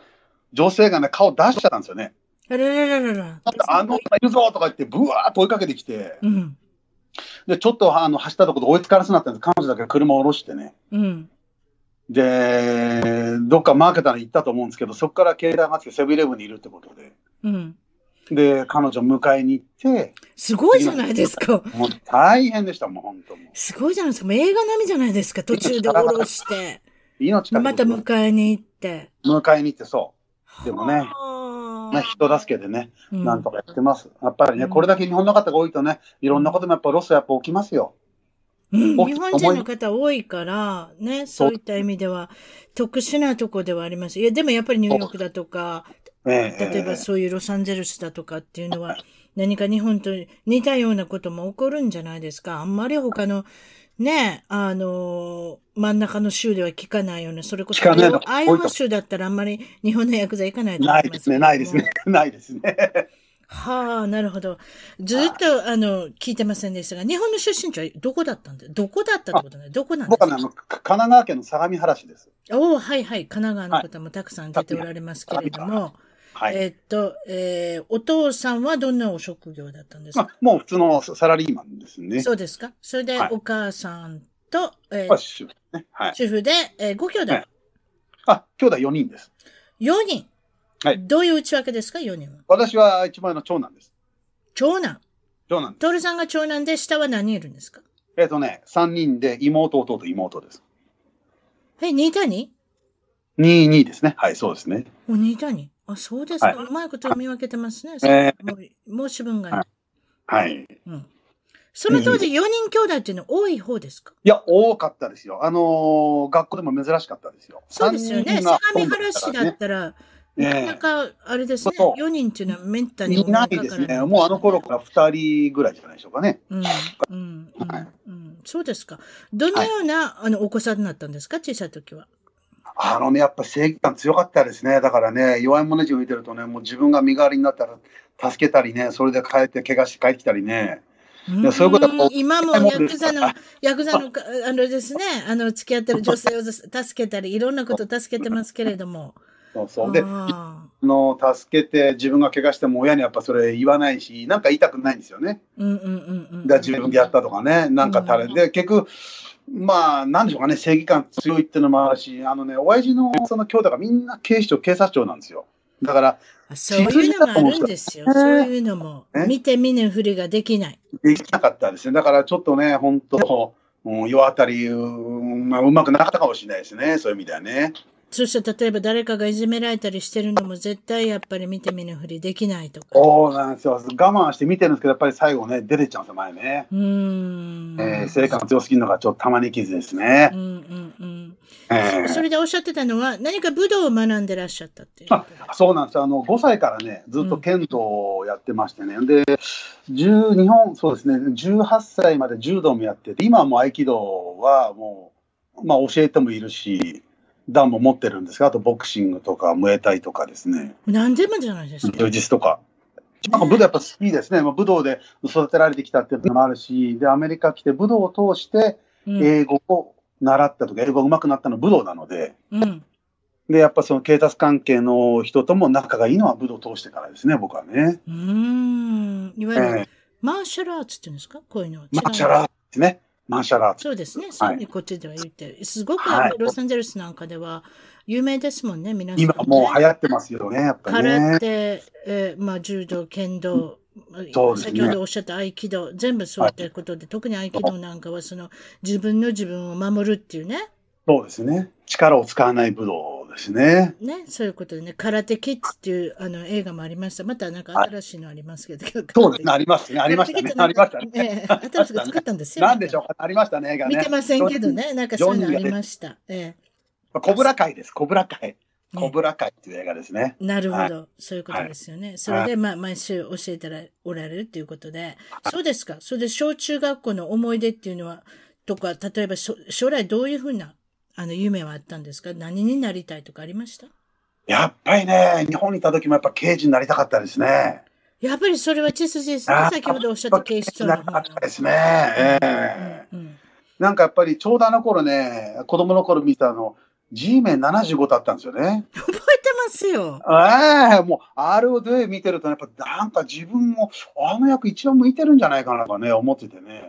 B: 女性がね、顔出しちゃったんですよね。
A: あれれれれれ。
B: あの女いるぞとか言って、ブワーっと追いかけてきて、
A: うん、
B: で、ちょっとあの走ったところで追いつかなくなったんです。彼女だけ車を下ろしてね。
A: うん、
B: で、どっかマーケターに行ったと思うんですけど、そこから携帯があってセブンイレブンにいるってことで。
A: うん。
B: で、彼女迎えに行って、
A: すごいじゃないですか。
B: もう大変でした、もう本当もう。
A: すごいじゃないですか。もう映画並みじゃないですか。途中で降ろして、
B: 命から
A: また
B: 迎
A: 迎えに行って。
B: えに行って、そでもね
A: は
B: う。
A: あ
B: ね、人助けでね、
A: うん
B: なんとかやってます。やっぱりね、
A: うん
B: これだけ日本の方が多いとね、いろんなこともやっぱロスはやっぱ起きますよ。
A: うん
B: 大き
A: 日
B: く
A: 本人の方多いから、ね、
B: そ
A: そうういった意味では、特殊なとこではあります。いや、でもやっぱりニューヨークだとか、
B: ええ
A: 例えばそういうロサンゼルスだとかっていうのは、何か日本と似たようなことも起こるんじゃないですか。あんまり他の、ね、あのー真ん中の州では聞かないような、それこそ
B: 聞かないの
A: アイオワ州だったらあんまり日本の薬剤行かないと思
B: ないい
A: ま
B: ですす
A: けども
B: ね、ないですね。、ないですね。
A: はあ、なるほど。ずっと、あの、聞いてませんでしたが、日本の出身地はどこだったんで、どこだったってことね、どこなんです
B: 僕
A: か
B: はね、あの、か神奈川県の相模原市です。
A: おお、はいはい、神奈川の方もたくさん出ておられますけれども、
B: はい。
A: えーっと、えーお父さんはどんなお職業だったんです
B: ま
A: か
B: あ、もう普通のサラリーマンですね。
A: そうですかそれで
B: はい
A: お母さんと、えー
B: まあ主婦ね。はい。
A: 主婦で、えー、ご兄弟、
B: はいあ、兄弟4人です。
A: 4人、
B: はい
A: どういう内訳ですか、4人は。
B: 私は一番上の長男です。
A: 長男。
B: 長男です。
A: 徹さんが長男で、下は何人いるんですか
B: えっ、とね、3人で妹、弟、妹です。
A: え、2対 2?
B: 2、2ですね。はい、そうですね。
A: お、2対 2? あ、そうですか、
B: はいう
A: まいこと見分けてますね。
B: え
A: もう、もう主分がいい、
B: ははい。
A: うん。その当時、4人兄弟っていうのは多い方ですか
B: いや、多かったですよ。あのー学校でも珍しかったですよ。
A: そうですよね。
B: 三人が
A: 相模原市だったら、
B: ええ
A: なかなか、あれですね、
B: そう
A: 4人っていうのはめったに
B: いないですね。もうあの頃から2人ぐらいじゃないでしょうかね。
A: うん、うん、う
B: はい
A: ん、うん。そうですか。どのような、あのお子さんになったんですか、小さい時は。
B: あのね、やっぱ正義感強かったですね。だからね、弱い者たちを見てるとね、もう自分が身代わりになったら助けたりね、それで帰って怪我して帰ってきたりね。やそういうことはこ
A: う
B: う
A: ん今もヤクザの、ヤクザのか、あのですね、あの、付き合ってる女性を助けたり、いろんなことを助けてますけれども。
B: そうそう。で、
A: あー
B: あの助けて自分が怪我しても親にやっぱそれ言わないし、なんか言いたくないんですよね。
A: うんうんうんうん。
B: だから自分でやったとかね、なんか垂れで、結局、まあ、なんでしょうかね、正義感強いっていうのもあるし、あのね、親父のその兄弟がみんな警視庁、警察庁なんですよ。だから、
A: あそういうのもあるんですよ。
B: ね
A: そういうのも。
B: ね
A: 見て見ぬふりができない。
B: できなかったですね。だからちょっとね、本当、うん、世当たり、うんまあ、うまくなかったかもしれないですね、そういう意味ではね。
A: そして例えば誰かがいじめられたりしてるのも絶対やっぱり見て見ぬふりできないとか。う
B: そうなんですよ。我慢して見てるんですけど、やっぱり最後ね、出てっちゃうんですよ、前ね。
A: ーん。
B: えー、正義感強すぎるのがちょっと玉ねぎ傷ですね
A: う。んうん
B: え
A: うん。そ
B: ー
A: れでおっしゃってたのは何か武道を学んでらっしゃったっていうこ
B: あ
A: と。
B: そうなんですよあの5歳からね、ずっと剣道をやってましてね、で10日本、そうですね、18歳まで柔道もやってて、今はもう合気道はもう、まあ、教えてもいるし、段も持ってるんですが、あとボクシングとか、ムエタイとかですね、
A: 何でもじゃないですか。
B: 充実とか。なんか武道やっぱ好きですね、まあ、武道で育てられてきたっていうのもあるし、でアメリカ来て武道を通して
A: うん。
B: 英語を習ったとか、英語が上手くなったのは武道なので、
A: うん。
B: で、やっぱその警察関係の人とも仲がいいのは武道を通してからですね、僕はね。
A: うーん。いわ
B: え
A: ゆる
B: え
A: マーシャルアーツっていうんですかこういうのは。
B: マーシャラーツですね。マーシャラーツ。
A: そうですね。
B: い
A: そういうふうにこっちでは言って。すごく
B: はい
A: ロサンゼルスなんかでは有名ですもんね、皆さん、
B: 今もう流行ってますよね、やっぱりね
A: 空。手、えーまあ、柔道、剣道、
B: そうですね
A: 先ほどおっしゃった合気道、全部そういったことで、特に合気道なんかは、その自分の自分を守るっていうね、
B: そうですね。力を使わない武道ですね。
A: ね、そういうことでね、空手キッズっていうあの映画もありました。またなんか新しいのありますけど、
B: そうですね。ありますね。ありましたね。ありましたね。
A: ね。新しく作ったんですよ。
B: なんでしょうか。ありましたね。映画ね
A: 見てませんけどね、なんかそういうのありました。え
B: コブラ会です。コブラ会。
A: え
B: コブラ会っていう映画ですね。
A: なるほど、そういうこと
B: はい
A: ですよね。それで、まあ、毎週教えてらおられるということで、そうですか。それで、小中学校の思い出っていうのは、とか、例えば、しょ将来どういうふうな、あの、夢はあったんですか何になりたいとかありました
B: やっぱりね、日本にいた時もやっぱ刑事になりたかったですね。
A: やっぱりそれは血筋ですね
B: あ。ー
A: 先ほどおっしゃっ
B: や
A: た
B: っぱ
A: 警
B: 刑
A: 視
B: 事
A: 庁
B: にな
A: の
B: り
A: 方
B: た
A: の
B: かったですね。ええ
A: うんうん
B: なんかやっぱりちょうどあの頃ね、子供の頃見たあの、G メン75だったんですよね。
A: 覚えてますよ。
B: ええもう、あれをで見てると、やっぱなんか自分も、あの役一番向いてるんじゃないかなとかね、思っててね。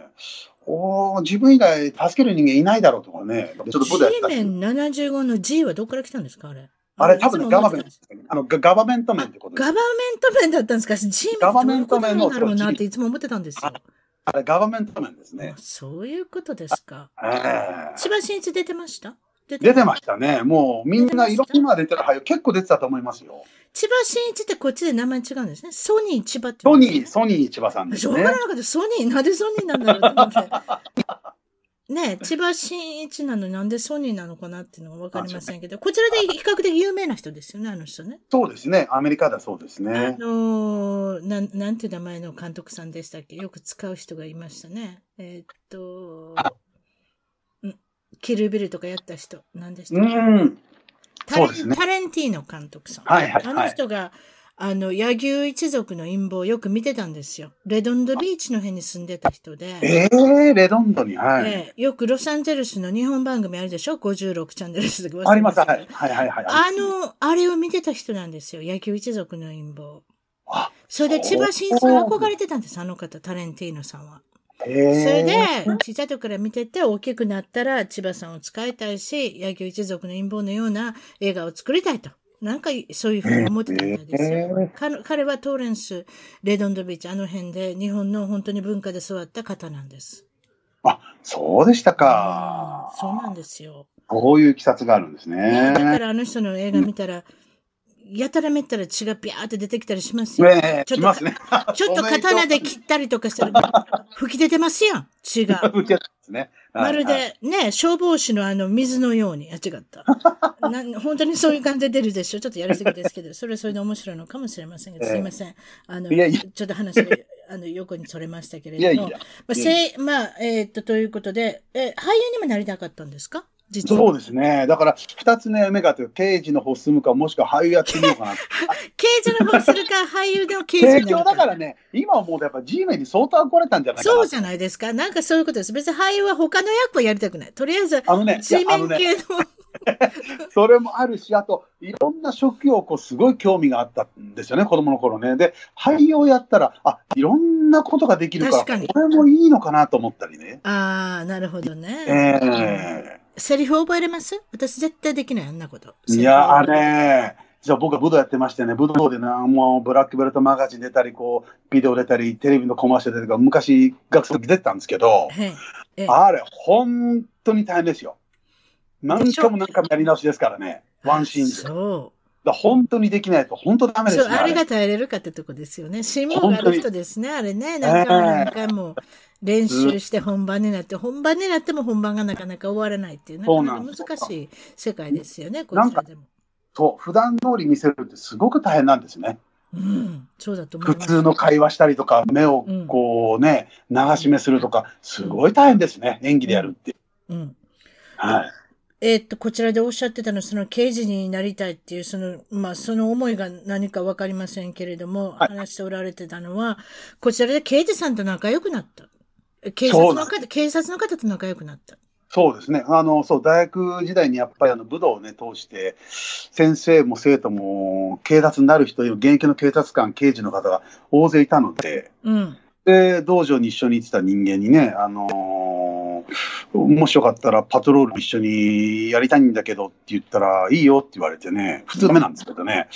B: おー自分以外助ける人間いないだろうとかね。ちょっと
A: 地
B: 武道やってたし
A: 面75の G はどこから来たんですかあれ。
B: あれ多分ね
A: いつも
B: ガ
A: 思
B: バ
A: ってた
B: メン
A: んです、
B: あの、ガガバメント面ってことで
A: ガ
B: す。
A: バメント面だったんですか ?G 面
B: ガバメント面の
A: どういうことなんだろうなっていつも思ってたんですよ。
B: あれ、ガバメント面ですね
A: あ。そういうことですか。
B: ええ
A: 千葉真一出てました出
B: 出て
A: ま
B: ましたね。もう、みんないろんな今出てる俳優、結構出てたと思いますよ。
A: 千葉真一ってこっちで名前違うんですね。ソニー千葉って言
B: ソ
A: うん
B: ニ
A: ですね。
B: ー、ソニー千葉さんで
A: し
B: す
A: ょうが
B: ね
A: な。かった。ソニー、なんでソニーなんだろうと思って。ねえ、千葉真一なのになんでソニーなのかなっていうのは分かりませんけど、こちらで比較的有名な人ですよね、あの人ね。
B: そうですね。アメリカだそうです
A: あ
B: ね。
A: のーなん、なんていう名前の監督さんでしたっけよく使う人がいましたね。えーっと、うんキルビルとかやった人、なんでし
B: う
A: たっけ
B: ん。
A: タレ
B: そうです
A: ン
B: ね
A: タレンティーノ監督さん。
B: はいはい
A: あ
B: は
A: の
B: い。
A: 人が、あの、野球一族の陰謀をよく見てたんですよ。レドンドビーチの辺に住んでた人で。
B: ええレドンドに、はい。
A: ええよくロサンゼルスの日本番組あるでしょ ?56 チャンネルですけど
B: あります。
A: 忘
B: は
A: れ
B: い。はいはいはい。
A: あの、あれを見てた人なんですよ。野球一族の陰謀。
B: あ
A: それで千葉真一さんに憧れてたんです、あの方、タレンティーノさんは。
B: へ
A: そ
B: ー
A: れで、小さい時から見てて、大きくなったら千葉さんを使いたいし、野球一族の陰謀のような映画を作りたいと。なんか、そういうふうに思ってたみたいですよ。
B: へー
A: 彼彼はトーレンス、レドンドビーチ、あの辺で日本の本当に文化で育った方なんです。
B: あ、そうでした
A: う
B: か
A: ん。そうなんですよ。
B: こういう経きがあるんです
A: ねだか
B: ね。
A: らあの人の映画見たら、やたらめったら血がビャーって出てきたりしますよ。
B: ねえ、
A: ちょっと
B: 来ますね。
A: ちょっと刀で切ったりとかしたら、 吹き出てますやん、血が。
B: 受けたんですね。は
A: ま
B: い
A: る。でね、消防士のあの水のように、あ、違 った。な本当にそういう感じで出るでしょ。ちょっとやりすぎですけど、それはそれで面白いのかもしれませんけど、
B: ええ
A: すいません。あの、
B: いやいや
A: ちょっと話があの横にそれましたけれ
B: いやい
A: ど
B: や
A: も、ま。あ、せいまあ、えーっと、ということで、え、俳優にもなりたかったんですか実
B: そう
A: は。
B: ですね。だから、二つね、目があって、刑事の方進むか、もしくは俳優やってみようかな。
A: 刑事の方するか、俳優でも刑事
B: 提
A: にな
B: 供
A: る
B: だか
A: か。
B: らね、今思うとやっぱ G メンに相当憧れたんじゃないかな。
A: そうじゃないですか。なんかそういうことです。別に俳優は他の役はやりたくない。とりあえず、
B: あのね、いや
A: 地
B: あ
A: 面
B: のね、
A: 系の
B: それもあるし、あと、いろんな職業、こう、すごい興味があったんですよね、子供の頃ね。で、俳優をやったら、あ、いろんなことができるから、
A: 確かに
B: これもいいのかなと思ったりね。
A: ああ、なるほどね。
B: え
A: セリフ覚えれます私絶対できない、あんなこと。
B: えいや、あ。れ、じゃあ僕は武道やってましてね、武道でな、もうブラックベルトマガジン出たり、こう、ビデオ出たり、テレビのコマーシャル出たりとか、昔、学生の時出てたんですけど、
A: はい。ええ
B: あれ、本当に大変ですよ。何回も何回もやり直しですからね、ワンシーンで。だか
A: そ
B: ら本当にできないと、本当ダ
A: う。
B: メで
A: そう、
B: すね。
A: あ
B: あ
A: れ
B: れ
A: が耐えれるかってとこですよね。辛抱がある人ですね、あれね。何回も何回も練習して本番になって、本番になっても本番がなかなか終わらないっていう、な
B: そ
A: か
B: う
A: な
B: な
A: か
B: んです
A: 難しい世界ですよね、こ
B: なん
A: ちら
B: か
A: でも。
B: と、普段通り見せるってすごく大変なんですね。
A: うん、そうだと思い
B: 普
A: ます。
B: 通の会話したりとか、目をこうね、流し目するとか、すごい大変ですね、演技でやるって。
A: うん。
B: はい。
A: えーっと、こちらでおっしゃってたのは、その刑事になりたいっていう、その、まあ、その思いが何かわかりませんけれども、
B: はい
A: 話しておられてたのは、こちらで刑事さんと仲良くなった。警
B: そ
A: 察
B: うな
A: の
B: んで
A: 方、警察の方と仲良くなった。
B: そうですね。あの、そう、大学時代にやっぱりあの、武道をね、通して、先生も生徒も、警察になる人、現役の警察官、刑事の方が大勢いたので、
A: うん。
B: で、道場に一緒に行ってた人間にね、あのーもしよかったらパトロール一緒にやりたいんだけどって言ったら、いいよって言われてね、普通ダメなんですけどね。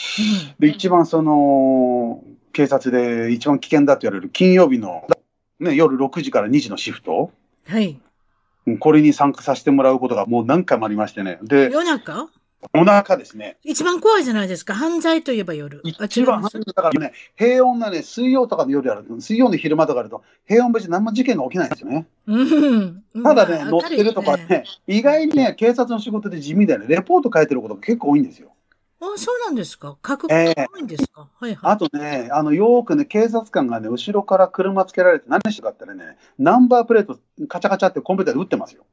B: で、一番その、警察で一番危険だと言われる金曜日の、ね、夜6時から2時のシフト、
A: はい。
B: うんこれに参加させてもらうことがもう何回もありましてね。で、
A: 夜中
B: お腹ですね。
A: 一番怖いじゃないですか。犯罪といえば夜。あ
B: 一番
A: 違います
B: だからね、平穏なね、水曜とかの夜あると、水曜の昼間とかあると、平穏無事何も事件が起きないんですよね。
A: うん。
B: ただね、
A: まあ
B: 乗ってるとか。
A: 明い
B: ね、意外にね、警察の仕事で地味でね、レポート書いてることが結構多いんですよ。
A: あ、そうなんですか。覚悟が多いんですか。はいはい。
B: あとね、あの、よーくね、警察官がね、後ろから車つけられて何してたかってね、ナンバープレートカチャカチャってコンピューターで打ってますよ。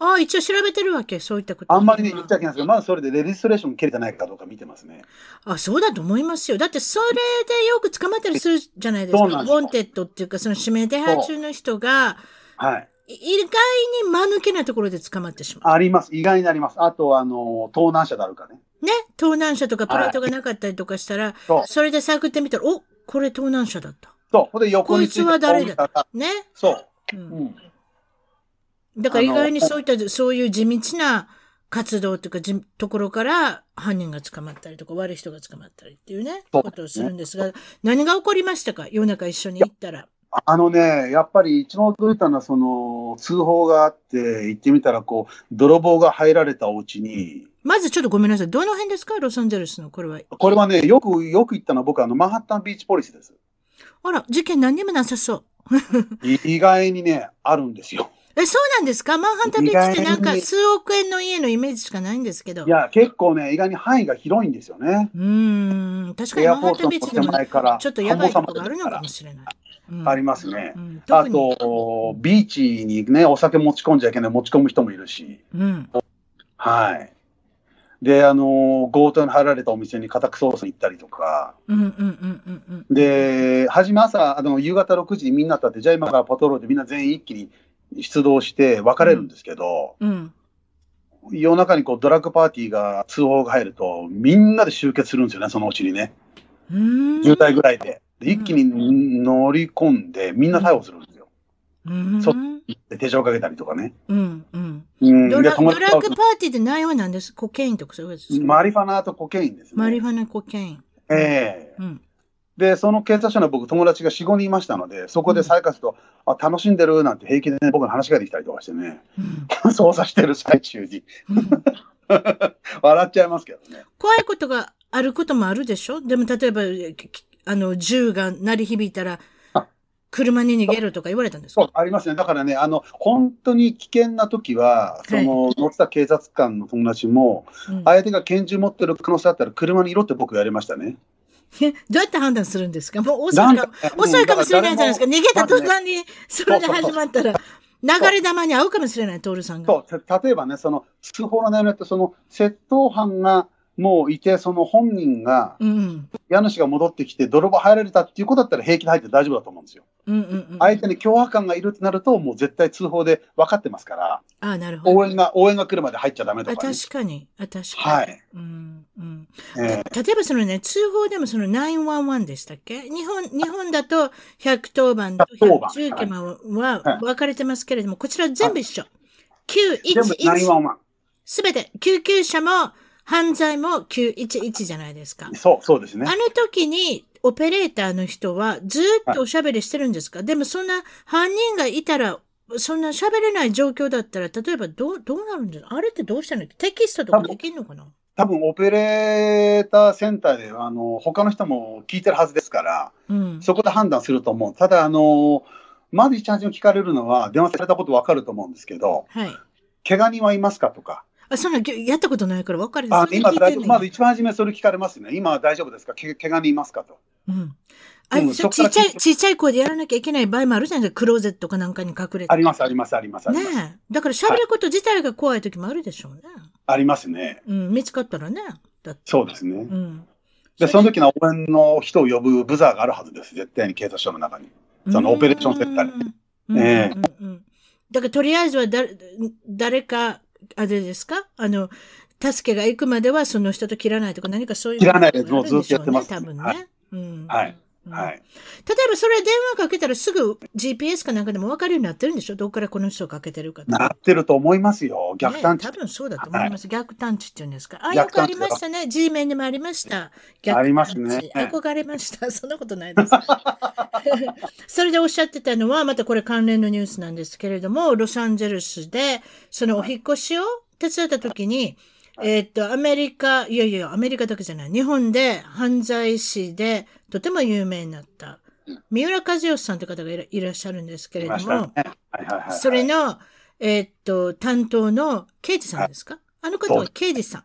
A: あ一応調べてるわけ。そういったこと。
B: あんまりね、言っちゃいけないんですけど、まずそれでレジストレーション切れてないかどうか見てますね。
A: あ、そうだと思いますよ。だってそれでよく捕まったりするじゃないですか。
B: そ
A: ウ
B: うなんですよ
A: ォンテッドっていうか、その指名手配中の人が、
B: はい。
A: い意外に間抜けなところで捕まってしま
B: あります。意外になります。あと、あの、盗難車であるかね。
A: う。ね。盗難車とかプレートがなかったりとかしたら、
B: そう。
A: それで探ってみたら、おこれ盗難車だった。
B: そう。ほんで、横につい
A: こ
B: て
A: いつは誰だ
B: 顔見たら
A: ね。
B: そうう。
A: ん
B: うん。
A: だから意外に
B: あの
A: そういった、そういう地道な活動というか、じところから犯人が捕まったりとか、悪い人が捕まったりっていうね、
B: そう
A: ことをするんですが、何が起こりましたか夜中一緒に行ったら。
B: あのね、やっぱり一番驚いたのは、その、通報があって、行ってみたら、こう、泥棒が入られたお家に、
A: まずちょっとごめんなさい。どの辺ですかロサンゼルスのこれは。
B: これはね、よく、よく行ったのは僕、あの、マンハッタンビーチポリスです。
A: あら、事件何にもなさそう。
B: い意外にね、あるんですよ。
A: え、そうなんですかマンハッタンビーチってなん
B: 意外
A: か
B: に
A: 数億円の家のイメージしかないんですけど。
B: いや、結構ね、意外に範囲が広いんですよね。
A: うーん、確かに
B: エ
A: マ
B: ア
A: ン
B: フ
A: ハ
B: ォ
A: ッ
B: ース
A: タン
B: の
A: ビーチで
B: 手
A: も
B: 前から、
A: ちょっとやばいとこ
B: 看護
A: があ
B: 様
A: るのか
B: までだ
A: も
B: か
A: しれない。
B: らあり
A: ま
B: ますね。
A: うん、
B: あ
A: 特に
B: と、ビーチにね、お酒持ち込んじゃいけない、持ち込む人もいるし。
A: うん。
B: はい。で、あのー強盗に入られたお店に家宅捜査に行ったりとか、
A: うんうんうんうんうん。
B: で、初め朝、あの、夕方6時にみんな立って、じゃあ今からパトロールでみんな全員一気に出動して別れるんですけど、
A: うん。
B: 夜中にこうドラッグパーティーが通報が入ると、みんなで集結するんですよね、そのうちにね。
A: うーん
B: 10代ぐらいで。で一気に乗り込んで、みんな逮捕するんですよ。
A: うん
B: そで手錠かけたりとかね。
A: うんうん。
B: うん。
A: ド
B: で、
A: ラド
B: 友
A: ラ
B: 達
A: ッグパーティーで内容は何ですコケインとかそういうやつですか
B: マリファナとコケインですね。
A: マリファナコケイン。
B: ええ
A: うん。
B: で、その警察署の僕、友達が4、5人いましたので、そこで再活動、あ、楽しんでるなんて平気で、ね、僕の話ができたりとかしてね、
A: うん
B: 捜査してる最中に、
A: うん
B: 笑っちゃいますけどね。
A: 怖いことがあることもあるでしょでも例えば、ききあの、銃が鳴り響いたら
B: あ、
A: 車に逃げるとか言われたんです
B: そ
A: か
B: う、ありますね。だからね、あの、本当に危険な時は、その、乗ってた警察官の友達も、
A: うん
B: 相手が拳銃持ってる可能性あったら、車にいろって僕言われましたね。
A: え どうやって判断するんですかもう遅
B: ないん
A: か
B: か、
A: 遅いかもしれないじゃないですか。
B: うん
A: 逃げた途端に、それで始まったら、流れ弾に合うかもしれない、トールさんが。
B: そうた例えばね、その通報の内容によって、その窃盗犯がもういて、その本人が、
A: うんうん。
B: 家主が戻ってきて、泥棒入られたっていうことだったら平気で入って大丈夫だと思うんですよ。
A: うんうんうん。
B: 相手に脅迫感がいるってなると、もう絶対通報で分かってますから、
A: あ、なるほど。
B: 応援が応援が来るまで入っちゃだめと
A: あ
B: か、ね
A: 確かに。あ確かに。
B: はい
A: うんうん、
B: え
A: た例えばそのね、通報でもその911でしたっけ日本、日本だと110番と
B: 110番
A: 119番は
B: はい
A: 分かれてますけれども、こちら全部一緒。
B: え全部
A: 911。
B: 911、
A: すべて、救急車も犯罪も911じゃないですか。
B: そうそうですね
A: あ、の時に、オペレーターの人はずーっとおしゃべりしてるんですか、でもそんな犯人がいたら、そんな喋れない状況だったら、例えばどう、どうなるんじゃあれってどうしたのテキストとかできるのかな
B: 多分オペレーターセンターであの他の人も聞いてるはずですから、
A: うん。
B: そこで判断すると思う、ただ、あのまず一番初めに聞かれるのは、電話されたこと分かると思うんですけど、
A: はい。
B: 怪我人はいますかとか、
A: あ、そんな、ぎやったことないから分かる
B: あ
A: それ
B: 今
A: 聞いてんねん
B: まず一番初めそれ聞かれますね、今は大丈夫ですか、け怪我人いますかと。
A: うん。あ、
B: うん
A: そ
B: そっか
A: ちっ
B: ら
A: ちゃい、ちっちゃい声でやらなきゃいけない場合もあるじゃないですか。クローゼットかなんかに隠れて。
B: あります、あります、あります、あります,、
A: ねえ。だから喋ること自体が怖い時もあるでしょうね。
B: ありますね、
A: うん。見つかったらね。だって。
B: そうですね。
A: うん。
B: で、その時の応援の人を呼ぶブザーがあるはずです、絶対に警察署の中に。そのオペレーションセンター
A: に。
B: ええ
A: うんうんうんだからとりあえずはだ誰か、あれですかあの、助けが行くまではその人と切らないとか何かそういう
B: 切らない
A: こ
B: で
A: とがあるんしょうね
B: もうずっとやって
A: 多
B: ます
A: 分ね。
B: はい
A: うん。
B: はい。はい。
A: 例えばそれ電話かけたらすぐ GPS かなんかでも分かるようになってるんでしょどこからこの人をかけてるかって
B: なってると思いますよ。逆探知
A: ね、多分そうだと思います。逆探知っていうんですか。あ、よくありましたね。G メンでもありました。逆探知
B: ありますね
A: 憧れました。 そんなことないです。それでおっしゃってたのは、またこれ関連のニュースなんですけれども、ロサンゼルスで、そのお引っ越しを手伝った時に、えーっと、アメリカ、いやいや、アメリカだけじゃない、日本で犯罪師でとても有名になった
B: うん、
A: 三浦和義さんという方がいらいらっしゃるんですけれ
B: い
A: ど
B: まし
A: も、
B: たね。はいはいはい。
A: それの、えーっと、担当の刑事さんですか、あの方は刑事さん。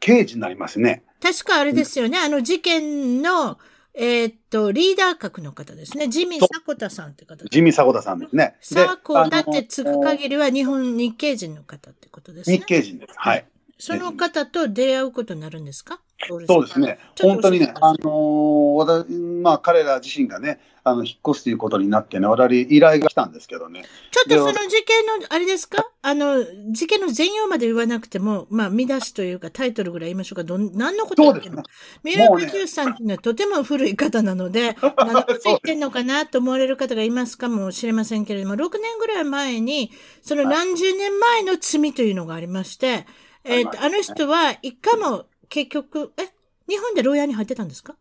B: 刑事になりますね。
A: 確かあれですよね、あの事件の、えーっと、リーダー格の方ですね。ジミー・
B: そう
A: サコタさんって方。
B: 地味迫田さんですね。で
A: サコタっ
B: あの
A: てつく限りは日本日系人の方ってことですね
B: 日。系人です。はい。
A: その方と出会うことになるんですか
B: そうです。ね。
A: ちょっ
B: 本
A: と
B: 当
A: 教え
B: に
A: て
B: ね
A: くだ、さ
B: あ
A: い
B: のー私、まあ、彼ら自身がね、あの、引っ越すということになってね、我々依頼が来たんですけどね。
A: ちょっとその事件の、あれですかあの、事件の全容まで言わなくても、まあ、見出しというかタイトルぐらい言いましょうか。どん、何のこと
B: そう
A: 言って
B: です
A: も
B: ね。。
A: 三浦
B: もう
A: 和
B: ね
A: 義さんっていうのはとても古い方なので、何のこと言ってんのかなと思われる方がいますかもしれませんけれども、6年ぐらい前に、その何十年前の罪というのがありまして、えっと、あ
B: あり
A: の
B: ました
A: 人は一回も結局、え、日本で牢屋に入ってたんですか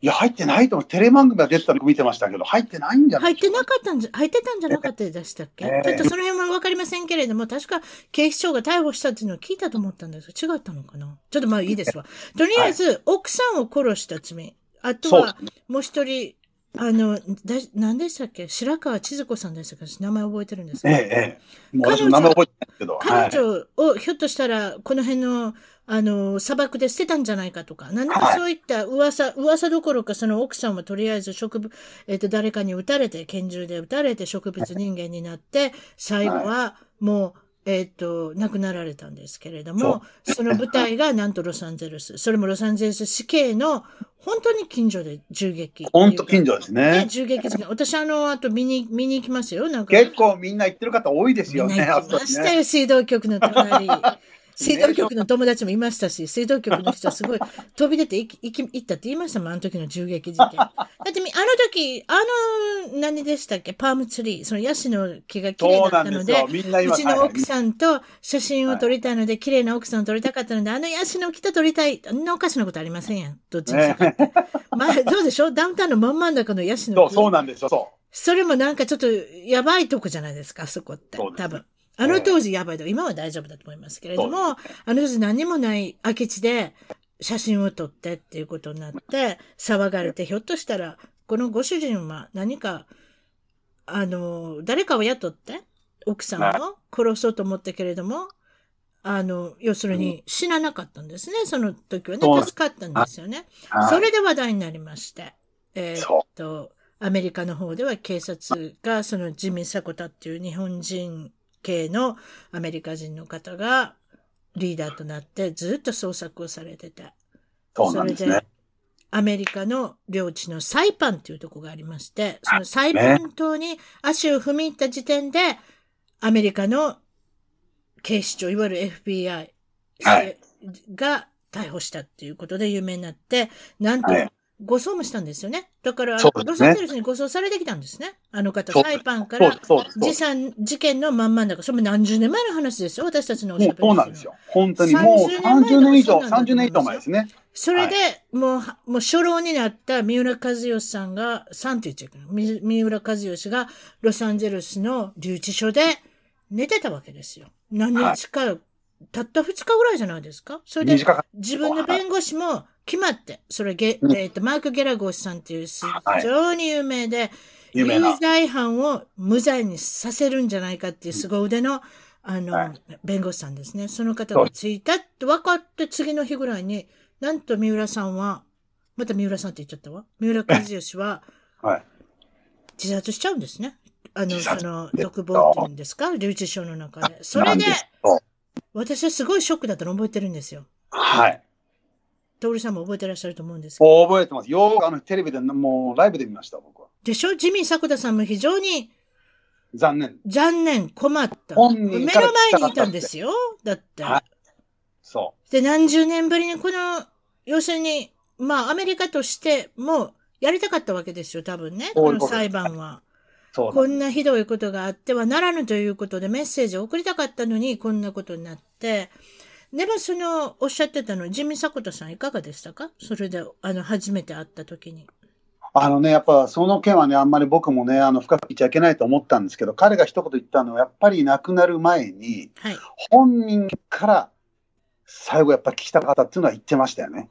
B: いや、入ってないと思う。テレ番組が出てたの見てましたけど、入ってないんじゃな
A: 入
B: い
A: って
B: い
A: なかったんじゃ、入ってたんじゃなかったでしたっけ、
B: ええ
A: ちょっとその辺はわかりませんけれども、確か警視庁が逮捕したっていうのを聞いたと思ったんですが、違ったのかなちょっとまあいいですわ。とりあえず、奥さんを殺した罪。あと
B: そうで
A: は
B: す、ね。
A: もう一人、あの、だ、何でしたっけ白川千鶴子さんでしたっけ名前覚えてるんです
B: ええ
A: けど、
B: ええ。もう私も名前覚えてないですけど。
A: 彼
B: はい
A: 女をひょっとしたら、この辺の、あの、砂漠で捨てたんじゃないかとか、なんか
B: はい
A: そういった噂、噂どころか、その奥さんもとりあえず植物、えっ、と、誰かに撃たれて、拳銃で撃たれて、植物人間になって、最後は、もう、えっ、と、亡くなられたんですけれども、その舞台がなんとロサンゼルス、それもロサンゼルス死刑の、本当に近所で銃撃。
B: 本当近所です
A: ね、
B: ね。
A: 銃撃事件。私、あの、あと見に、見に行きますよ。なんか。
B: 結構みんな行ってる方多いです
A: み
B: よ
A: んな
B: ね、
A: 行
B: あ
A: き
B: そ
A: ま
B: こ
A: し
B: に
A: た
B: ね。
A: よ、水道局の 隣。水道局の友達もいましたし、水道局の人はすごい飛び出て行き行き行ったって言いましたもん、あの時の銃撃事 件。だってみ、あの時、あの、何でしたっけ、パームツリー、そのヤシの木が綺
B: そ
A: 麗
B: う
A: だった
B: なんで
A: の
B: す
A: で、
B: よ。みんな今、
A: うちの奥
B: はい
A: さんと写真を撮りたいので、綺麗な奥さんを撮りたかったので、あのヤシの木と撮りたい。あんなおかしなことありませんやん。どっちにしたかって。 まあ、どうでしょうダウンタウンの真ん真ん中のヤシの木。
B: そうそうなんですよ。そ
A: それもなんかちょっとやばいとこじゃないですか、あそこって。
B: そうですね
A: 多分。あの当時やばいとこ、今は大丈夫だと思いますけれども、
B: そ
A: あの当時何もない空き地で写真を撮ってっていうことになって、騒がれて、ひょっとしたら、このご主人は何か、あの、誰かを雇って、奥さんを殺そうと思ったけれども、あの、要するに死ななかったんですね、その時は
B: そう
A: ね。
B: なん
A: 助かったんですよね。
B: う。はい
A: それで話題になりまして、えー
B: そ
A: えっと、アメリカの方では警察が、そのジミー・サコタっていう日本人系のアメリカ人の方がリーダーとなってずっと捜索をされてて、
B: そうなんですね。
A: アメリカの領地のサイパンっていうとこがありまして、そのサイパン島に足を踏み入った時点で、アメリカの警視庁、いわゆる FBI
B: はい
A: が逮捕したっていうことで有名になって、なんと
B: はい
A: 護送もしたんですよね。だから、
B: そうで
A: ロ
B: すね
A: サンゼルスに護送されてきたんですね。あの方、
B: そう
A: サイパンか
B: そう
A: ら
B: です、そうです。そう
A: 時
B: です
A: 産事件のまんまんだから、それも何十年前の話ですよ、私たちのおしゃべ
B: もう
A: り
B: そうなんですよ。本当にもう
A: 30
B: 30
A: 年
B: 年
A: 以
B: 以
A: 上
B: 上、30年以上前ですね。
A: それで、もうは、もう初老になった三浦和義さんが、さんって言っちゃいけない。み三浦和義がロサンゼルスの留置所で寝てたわけですよ。何日か、たった2日ぐらいじゃないですかそれで、
B: 短かっ
A: 自分の弁護士も決まって、それゲ、
B: うん
A: えっ、と、マーク・ゲラゴスさんっていうす
B: はい
A: 非常に有名で、
B: 有名な
A: 有。罪犯を無罪にさせるんじゃないかっていう凄腕の、あの、
B: は
A: 弁護士さんですね。その方がついたって分かって、次の日ぐらいに、なんと三浦さんは、また三浦さんって言っちゃったわ。三浦和義は
B: はい。
A: 自殺しちゃうんですね。あの、
B: 自
A: そ
B: 殺
A: の、独房っていうんですか留置所の中で。それ
B: なん
A: で、
B: すよ
A: 私はすごいショックだったの覚えてるんですよ。
B: はい。
A: 徹さんも覚えてらっしゃると思うんですけど
B: 覚えてます。よくあのテレビで、もうライブで見ました、僕は。
A: でしょジミー・迫田さんも非常に
B: 残念。
A: 残念、困った。
B: 本
A: 目
B: 人
A: の
B: から聞
A: 前
B: きたか
A: に
B: った
A: いたんですよ。だって。
B: はそ
A: で、何十年ぶりにこの、要するに、まあ、アメリカとしても、やりたかったわけですよ、多分ね。
B: そういう
A: こ
B: こと
A: の裁判は。
B: そう
A: こんなひどいことがあってはならぬということでメッセージを送りたかったのに、こんなことになって。でも、その、おっしゃってたの、ジミー・サコトさんいかがでしたかそれで、あの、初めて会った時に。
B: あのね、やっぱその件はね、あんまり僕もね、あの深く言っちゃいけないと思ったんですけど、彼が一言言ったのは、やっぱり亡くなる前に、
A: はい。
B: 本人から最後やっぱ聞きたかったっていうのは言ってましたよね。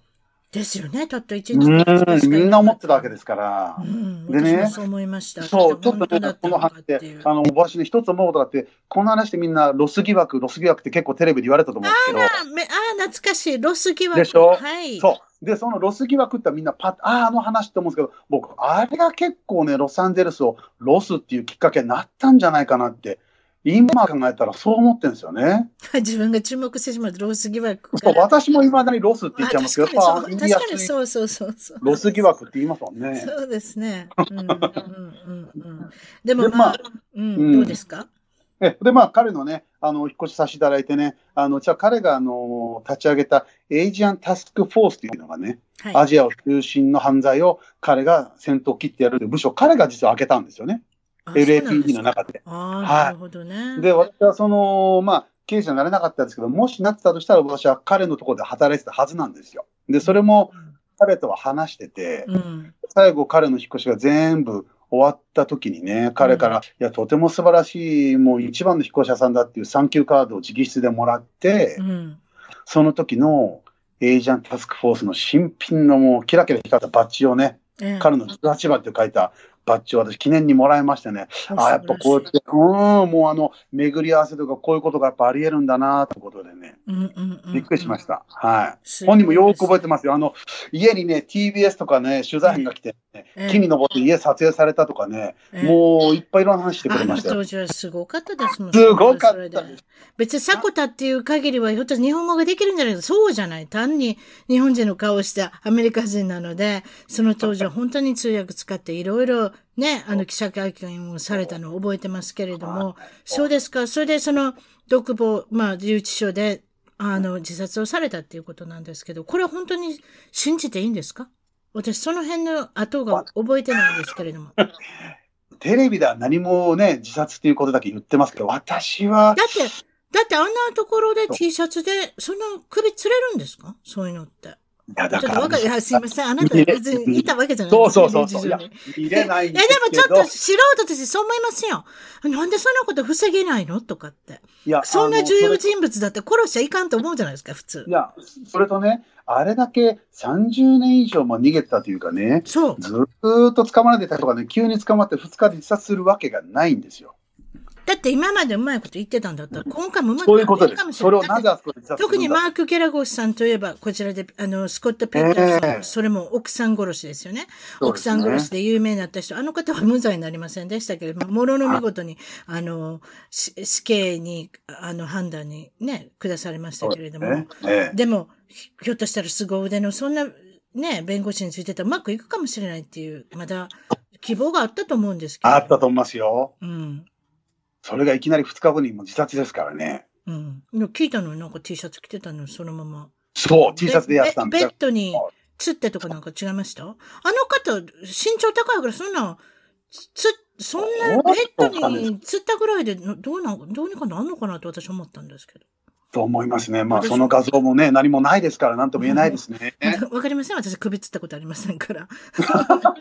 A: ですよね、たった一
B: う
A: 日。
B: ん、みんな思ってたわけですすから
A: う。ん、
B: でね
A: 私もそう思いました。
B: そう、ちょっと
A: 本当だた
B: ね、この
A: か
B: 話
A: って
B: で
A: いう、
B: あの、私ね、一つ思うことがあって、この話でみんなロス疑惑、ロス疑惑って結構テレビで言われたと思うんですけど、
A: あめあー、懐かしい。ロス疑惑。
B: でしょ
A: はい。
B: そう。で、そのロス疑惑ってみんなパッ、ああ、あの話って思うんですけど、僕、あれが結構ね、ロサンゼルスをロスっていうきっかけになったんじゃないかなって、今考えたらそう思ってるんですよね。
A: 自分が注目してしまうロス疑惑
B: そ
A: か
B: う
A: ら。
B: 私もいまだにロスって言っ
A: あ
B: ちゃいますけど、
A: 確かにそう
B: 言いや
A: 確かに
B: すい
A: そうそうそうそう。
B: ロス疑惑って言いますもんね。
A: そうですね。うんうんうんうん。でも
B: で
A: まあ、
B: まあ
A: うん、
B: うん
A: どうですか
B: えで、まあ、彼のね、あの、お引っ越しさせていただいてね、あの、じゃあ彼が、あの、立ち上げたエイジアンタスクフォースっていうのがね、ア
A: はい。
B: ジアを中心の犯罪を彼が先頭を切ってやるという部署を彼が実は開けたんですよね。
A: あ
B: LAPD の。中で。
A: そうなんですかあ
B: は
A: あ、
B: い
A: なるほどね。
B: で、私はその、まあ、経営者になれなかったんですけど、もしなってたとしたら、私は彼のところで働いてたはずなんですよ。で、それも彼とは話してて、
A: うん、
B: 最後、彼の引っ越しが全部終わった時にね、彼から、いや、とても素晴らしい、もう一番の引っ越し屋さんだっていうサンキューカードを直筆でもらって
A: う、ん。
B: その時のエージャントタスクフォースの新品のもうキラキラ光ったバッジをね、
A: ええ
B: 彼の18番って書いたバッジを私記念にもらいましてね、あやっぱこうやっ
A: 素
B: て、うん、もうあの、巡り合わせとか、こういうことがやっぱありえるんだなってことでね、
A: 晴らしいうんうんうんうん
B: びっくりしました。は
A: す
B: い。
A: ごい
B: 本人もよく覚えてますよ。あの、家にね、TBS とかね、取材班が来て、ね
A: ええ
B: 木に登って家撮影されたとかね、
A: ええ
B: もういっぱいいろんな話してく
A: あ
B: れま
A: の
B: したよ。
A: 当時はすごかったですもん
B: すごかった
A: それで別に迫田っていう限りは、ひょっとして日本語ができるんじゃないかそうじゃない。単に日本人の顔をしたアメリカ人なので、その当時は本当に通訳使っていろいろね、あの記者会見をされたのを覚えてますけれども、そうですか。それでその独房、まあ留置所で、あの、自殺をされたっていうことなんですけど、これは本当に信じていいんですか私、その辺の後が覚えてないんですけれども。
B: テレビでは何もね、自殺っていうことだけ言ってますけど、私は、
A: だって、だってあんなところで
B: そう
A: T シャツで、その首釣れるんですかそういうのって。
B: いや、
A: ちょ
B: だ
A: っと
B: か、
A: わからいや、すいません。あなた別にいたわけじゃない
B: そうそうそうそう、
A: い
B: い
A: や、
B: や
A: いや、
B: 見れないん
A: で
B: で
A: も
B: すけ
A: ちょっ
B: ど、
A: と素人としてそう思いますよ。なんでそんなこと防げないのとかって。
B: いや
A: そん
B: あ
A: な
B: の
A: 重
B: そ
A: 要
B: れ
A: 人物だって殺しちゃいかんと思うじゃないですか、普通
B: い。や、それとね、あれだけ30年以上も逃げてたというかね、
A: そう。
B: ずーっと捕まられてた人がね、急に捕まって2日で自殺するわけがないんですよ。
A: だって今までうまいこと言ってたんだったら、今回もうまく
B: そういうこと
A: やって
B: で
A: るかも
B: す。
A: しれ
B: そ
A: な
B: れ
A: い
B: をなぜあそこで自殺す
A: 特
B: る
A: に
B: んだ
A: マーク・ゲラゴスさんといえば、こちらで、あの、スコット・ペッターさん、
B: ええ
A: それも奥さん殺しですよね。
B: そう
A: 奥
B: です
A: さ
B: ね
A: ん殺しで有名になった人、あの方は無罪になりませんでしたけれども、もろの見事に、あの、し死刑に、あの、判断にね、下されましたけれども、
B: ねええ
A: でも、ひひょっとしたら凄腕の、そんな、ね、弁護士についてたらうまくいくかもしれないっていう、まだ希望があったと思うんですけど。
B: あったと思いますよ。
A: うん。
B: それがいきなり2日後にもう自殺ですからね。
A: うん。でも聞いたのなんか T シャツ着てたのそのまま。
B: そう、T シャツでやってたん
A: ベ
B: です
A: ベッドにつってとかなんか違いましたあの方、身長高いから、そんな、つ、つそんなベッドにつったぐらいで、のどうなん、どうにかなんのかなと私思ったんですけど。
B: と思いますね。まあ、その画像もね、何もないですから、なんとも言えないですね。
A: わわかりません私首つったことありませんから。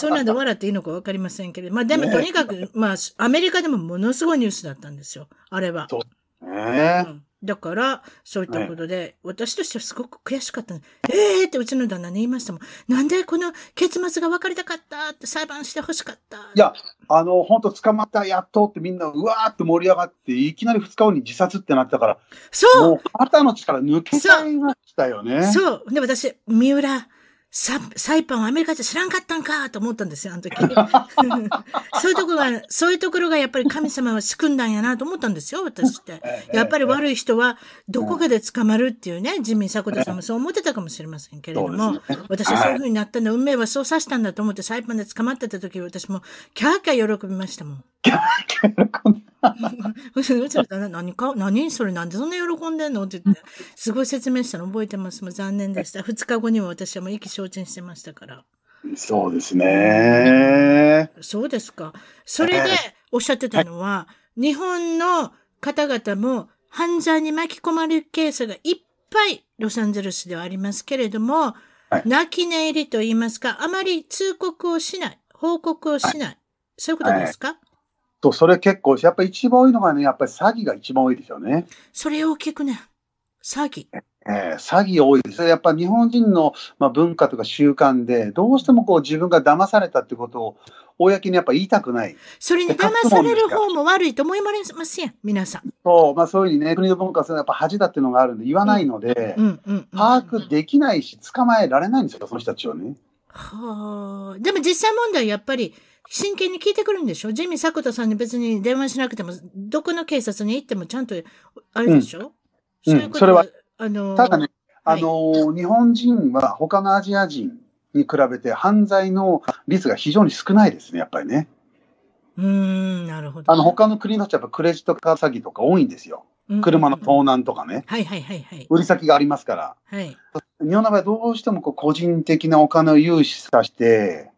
A: そんなんで笑っていいのかわかりませんけれど。まあでも
B: ねえ
A: とにかく、まあアメリカでもものすごいニュースだったんですよ。あれは。
B: そう
A: う
B: ねえ
A: んだから、そういったことで、私としてはすごく悔しかったの。ええー、ってうちの旦那に言いましたもん。なんでこの結末が分かりたかったって裁判してほしかった。
B: いや、あの、本当捕まった、やっとってみんな、うわーって盛り上がって、いきなり2日後に自殺ってなったから、
A: そう
B: もう肩の力抜けちゃいましたよね。
A: そう。で、私、三浦、ササイパンはアメリカじゃ知らんかったんかと思ったんですよ、あ の時。そういうところが、そういうところがやっぱり神様は仕組んだんやなと思ったんですよ、私って。やっぱり
B: い。
A: 悪い人はどこかで捕まるっていうね、ジミー・サコタさんもそう思ってたかもしれませんけれど
B: そう
A: も
B: ですね、
A: 私はそういうふうになったんだ、運命はそうさしたんだと思って、サイパンで捕まってた時、私もキャーキャー喜びました もん。うちの旦那何か何それなんでそんな喜んでんのって言 って、すごい説明したの覚えてますもう残念でした。2日後には私はもう意気消沈してましたから。
B: そうですね。
A: そうですか。それでおっしゃってたのは、日本の方々も犯罪に巻き込まれるケースがいっぱいロサンゼルスではありますけれども、
B: はい
A: 泣き寝入りと言いますか、あまり通告をしない、報告をしない、そういうことですか、
B: と、それ結構、やっぱり一番多いのがね、やっぱり詐欺が一番多いですよね。
A: それを聞くね。詐欺。
B: えー詐欺多いです。やっぱり日本人の、まあ、文化とか習慣で、どうしてもこう自分が騙されたってことを、公にやっぱ言いたくない。
A: それに騙される方も悪いと思いませんません、皆さん。
B: そう、まあそういうふうにね、国の文化はそれはやっぱ恥だっていうのがあるんで、言わないので、
A: うんうん、うん。
B: 把握できないし、捕まえられないんですよ、その人たちをね。
A: はあ。でも実際問題やっぱり真剣に聞いてくるんでしょジミー・サクトさんに別に電話しなくても、どこの警察に行ってもちゃんとあれでしょ、
B: うん
A: そういうこと
B: それは、
A: あのー
B: ただね、あ
A: はい
B: のー日本人は他のアジア人に比べて犯罪の率が非常に少ないですね、やっぱりね。
A: うーん、なるほど。
B: あの、他の国の人はやっぱクレジットカード詐欺とか多いんですよ。車の
A: うんうん
B: 盗難とかね。
A: はいはいはいはい。
B: 売り先がありますから。
A: はい。
B: 日本の場合どうしてもこう個人的なお金を融資させて、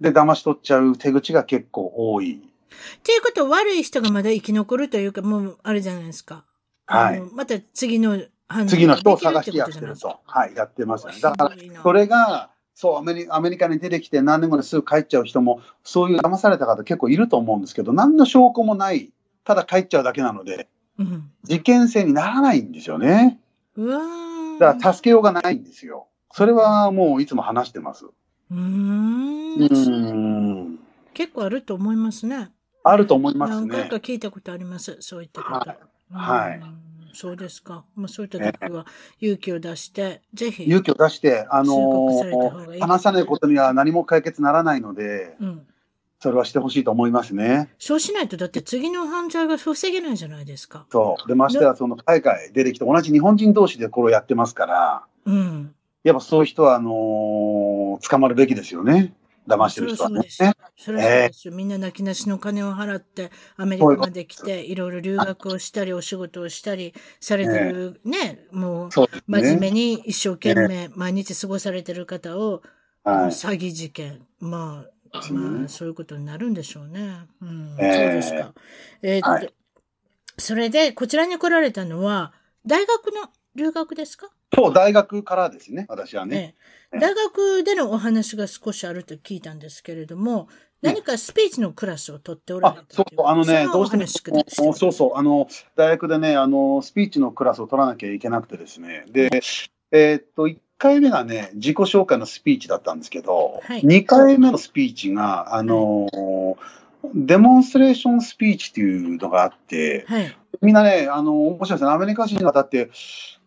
B: で、騙し取っちゃう手口が結構多い。
A: っていうことは悪い人がまだ生き残るというか、もうあれじゃないですか。
B: はい
A: あのまた次の犯罪
B: 次の人を
A: できる
B: 探
A: っ
B: して
A: こ
B: や
A: と
B: っ
A: じゃな
B: て
A: いで
B: る
A: すか
B: と。はい、やってますよね。だから、
A: すごいな
B: それが、そうアメリ、アメリカに出てきて何年後にすぐ帰っちゃう人も、そういう騙された方結構いると思うんですけど、何の証拠もない、ただ帰っちゃうだけなので、
A: うん。
B: 事件性にならないんですよね。
A: うわー
B: だから助けようがないんですよ。それはもういつも話してます。
A: う
B: う
A: ーん。
B: ーん。
A: 結構あると思いますね。
B: あると思います
A: 何回か
B: ね。
A: 聞いたことあります、そういったこと。
B: はい
A: うんそうですか。まあ、そういった時は勇気を出して、ぜひ。
B: 勇気を出して、あの
A: 通告された方がいい
B: 話さないことには何も解決ならないので、
A: うん。
B: それはしてほしいと思いますね。
A: そうしないと、だって次の犯罪が防げないじゃないですか。
B: そう。で、ましては、その海外出てきて、同じ日本人同士でこれをやってますから、
A: うん。
B: やっぱそういう人は、あのー捕まるべきですよね。騙してる人は
A: そう
B: ね
A: で。すよそれはそうですよ。みんな泣きなしの金を払って、アメリカまで来て、いろいろ留学をしたり、お仕事をしたりされてる、ね、もう、
B: そうですね。
A: 真面目に一生懸命毎日過ごされてる方を、
B: はい。
A: 詐欺事件、まあ、
B: そうですね
A: まあ、そういうことになるんでしょうね。うん、
B: ええ
A: そうですか。えーっと、
B: はい
A: それで、こちらに来られたのは、大学の留学ですか
B: そう、大学からですね、私はね。
A: ね、大学でのお話が少しあると聞いたんですけれども、何かスピーチのクラスを取っておられ
B: あ
A: た、と
B: そ
A: いう
B: そう、あのね、
A: そ
B: ど
A: お
B: うしても
A: 話しください
B: もう、そうそう、あの、大学でね、あの、スピーチのクラスを取らなきゃいけなくてですね、で、えーっと、1回目がね、自己紹介のスピーチだったんですけど、
A: はい
B: 2回目のスピーチが、あの、デモンストレーションスピーチっていうのがあって、
A: はい。
B: みんなね、あの、面白いですね。アメリカ人の方って、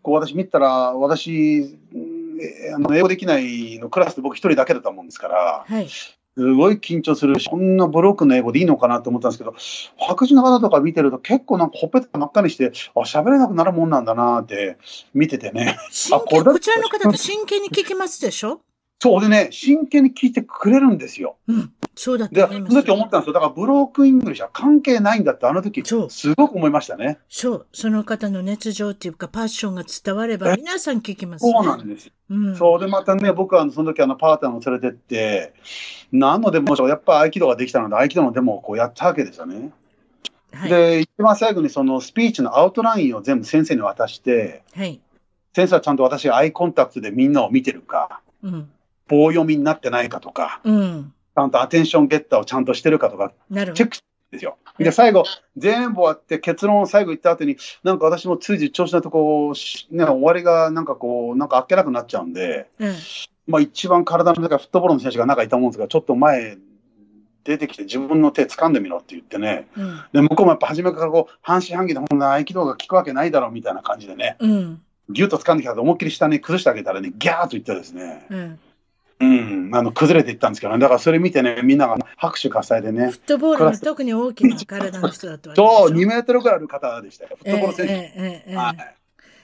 B: こう私見てたら、私、うんえあの英語できないのクラスで僕一人だけだと思うんですから、
A: はい。
B: すごい緊張するし、こんなブロックの英語でいいのかなと思ったんですけど、白人の方とか見てると結構なんかほっぺた真っ赤にして、あ、喋れなくなるもんなんだなって見ててね。
A: 真
B: こ
A: 剣
B: れだ
A: こちらの方って真剣に聞きますでしょ
B: そうでね、真剣に聞いてくれるんですよ。
A: うん。そうだ
B: で、
A: と
B: そ
A: 思いま
B: の
A: す。
B: 時思ったんですよ。だからブロックイングリッシュは関係ないんだって、あの時、
A: そう
B: すごく思いましたね。
A: そう、その方の熱情っていうかパッションが伝われば
B: え
A: 皆さん聞きますね。
B: そうなんですよ
A: うん
B: そうで、またね、僕はあのその時あのパートナーを連れてって、何のデモでしょう、やっぱ合気道ができたので、合気道のデモをこうやったわけですよね。
A: はい。
B: で、一番最後にそのスピーチのアウトラインを全部先生に渡して、
A: はい。
B: 先生はちゃんと私がアイコンタクトでみんなを見てるか、
A: うん。
B: 棒読みになってないかとか、
A: うん。
B: ちゃんとアテンションゲッターをちゃんとしてるかとか、
A: なるほ
B: チェ
A: ど
B: ッ。クですよ。で、最後、全部終わって、結論を最後言った後に、なんか私もついつい調子のとこ、しね、終わりがなんかこう、なんかあっけなくなっちゃうんで、
A: うん。
B: まあ、一番体の中、フットボールの選手が中にいたもんですが、ちょっと前出てきて、自分の手掴んでみろって言ってね、
A: うん。
B: で向こうもやっぱ初めからこう半信半疑で、こんな合気道が効くわけないだろうみたいな感じでね、
A: うん。
B: ぎゅっと掴んできたと思いっきり下に崩してあげたらね、ギャーッと言ってですね、
A: うん。
B: うん、あの崩れていったんですけどね、だからそれ見てね、みんなが拍手喝采でね
A: フ、ットボールの特に大きな体の人だとは
B: と
A: 言
B: 2
A: いま
B: メートルぐらいある方でしたよ、フットボール
A: すよ
B: 選
A: えええ
B: 手。
A: えええ
B: はい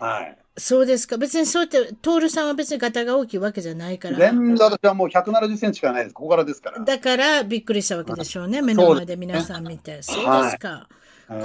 B: はい
A: そうですか。別にそうやって、トールさんは別に型が大きいわけじゃないから。
B: 全然私はもう170センチしかないです、ここからですから。
A: だからびっくりしたわけでしょうね。目の前で皆さん見て。そうですか。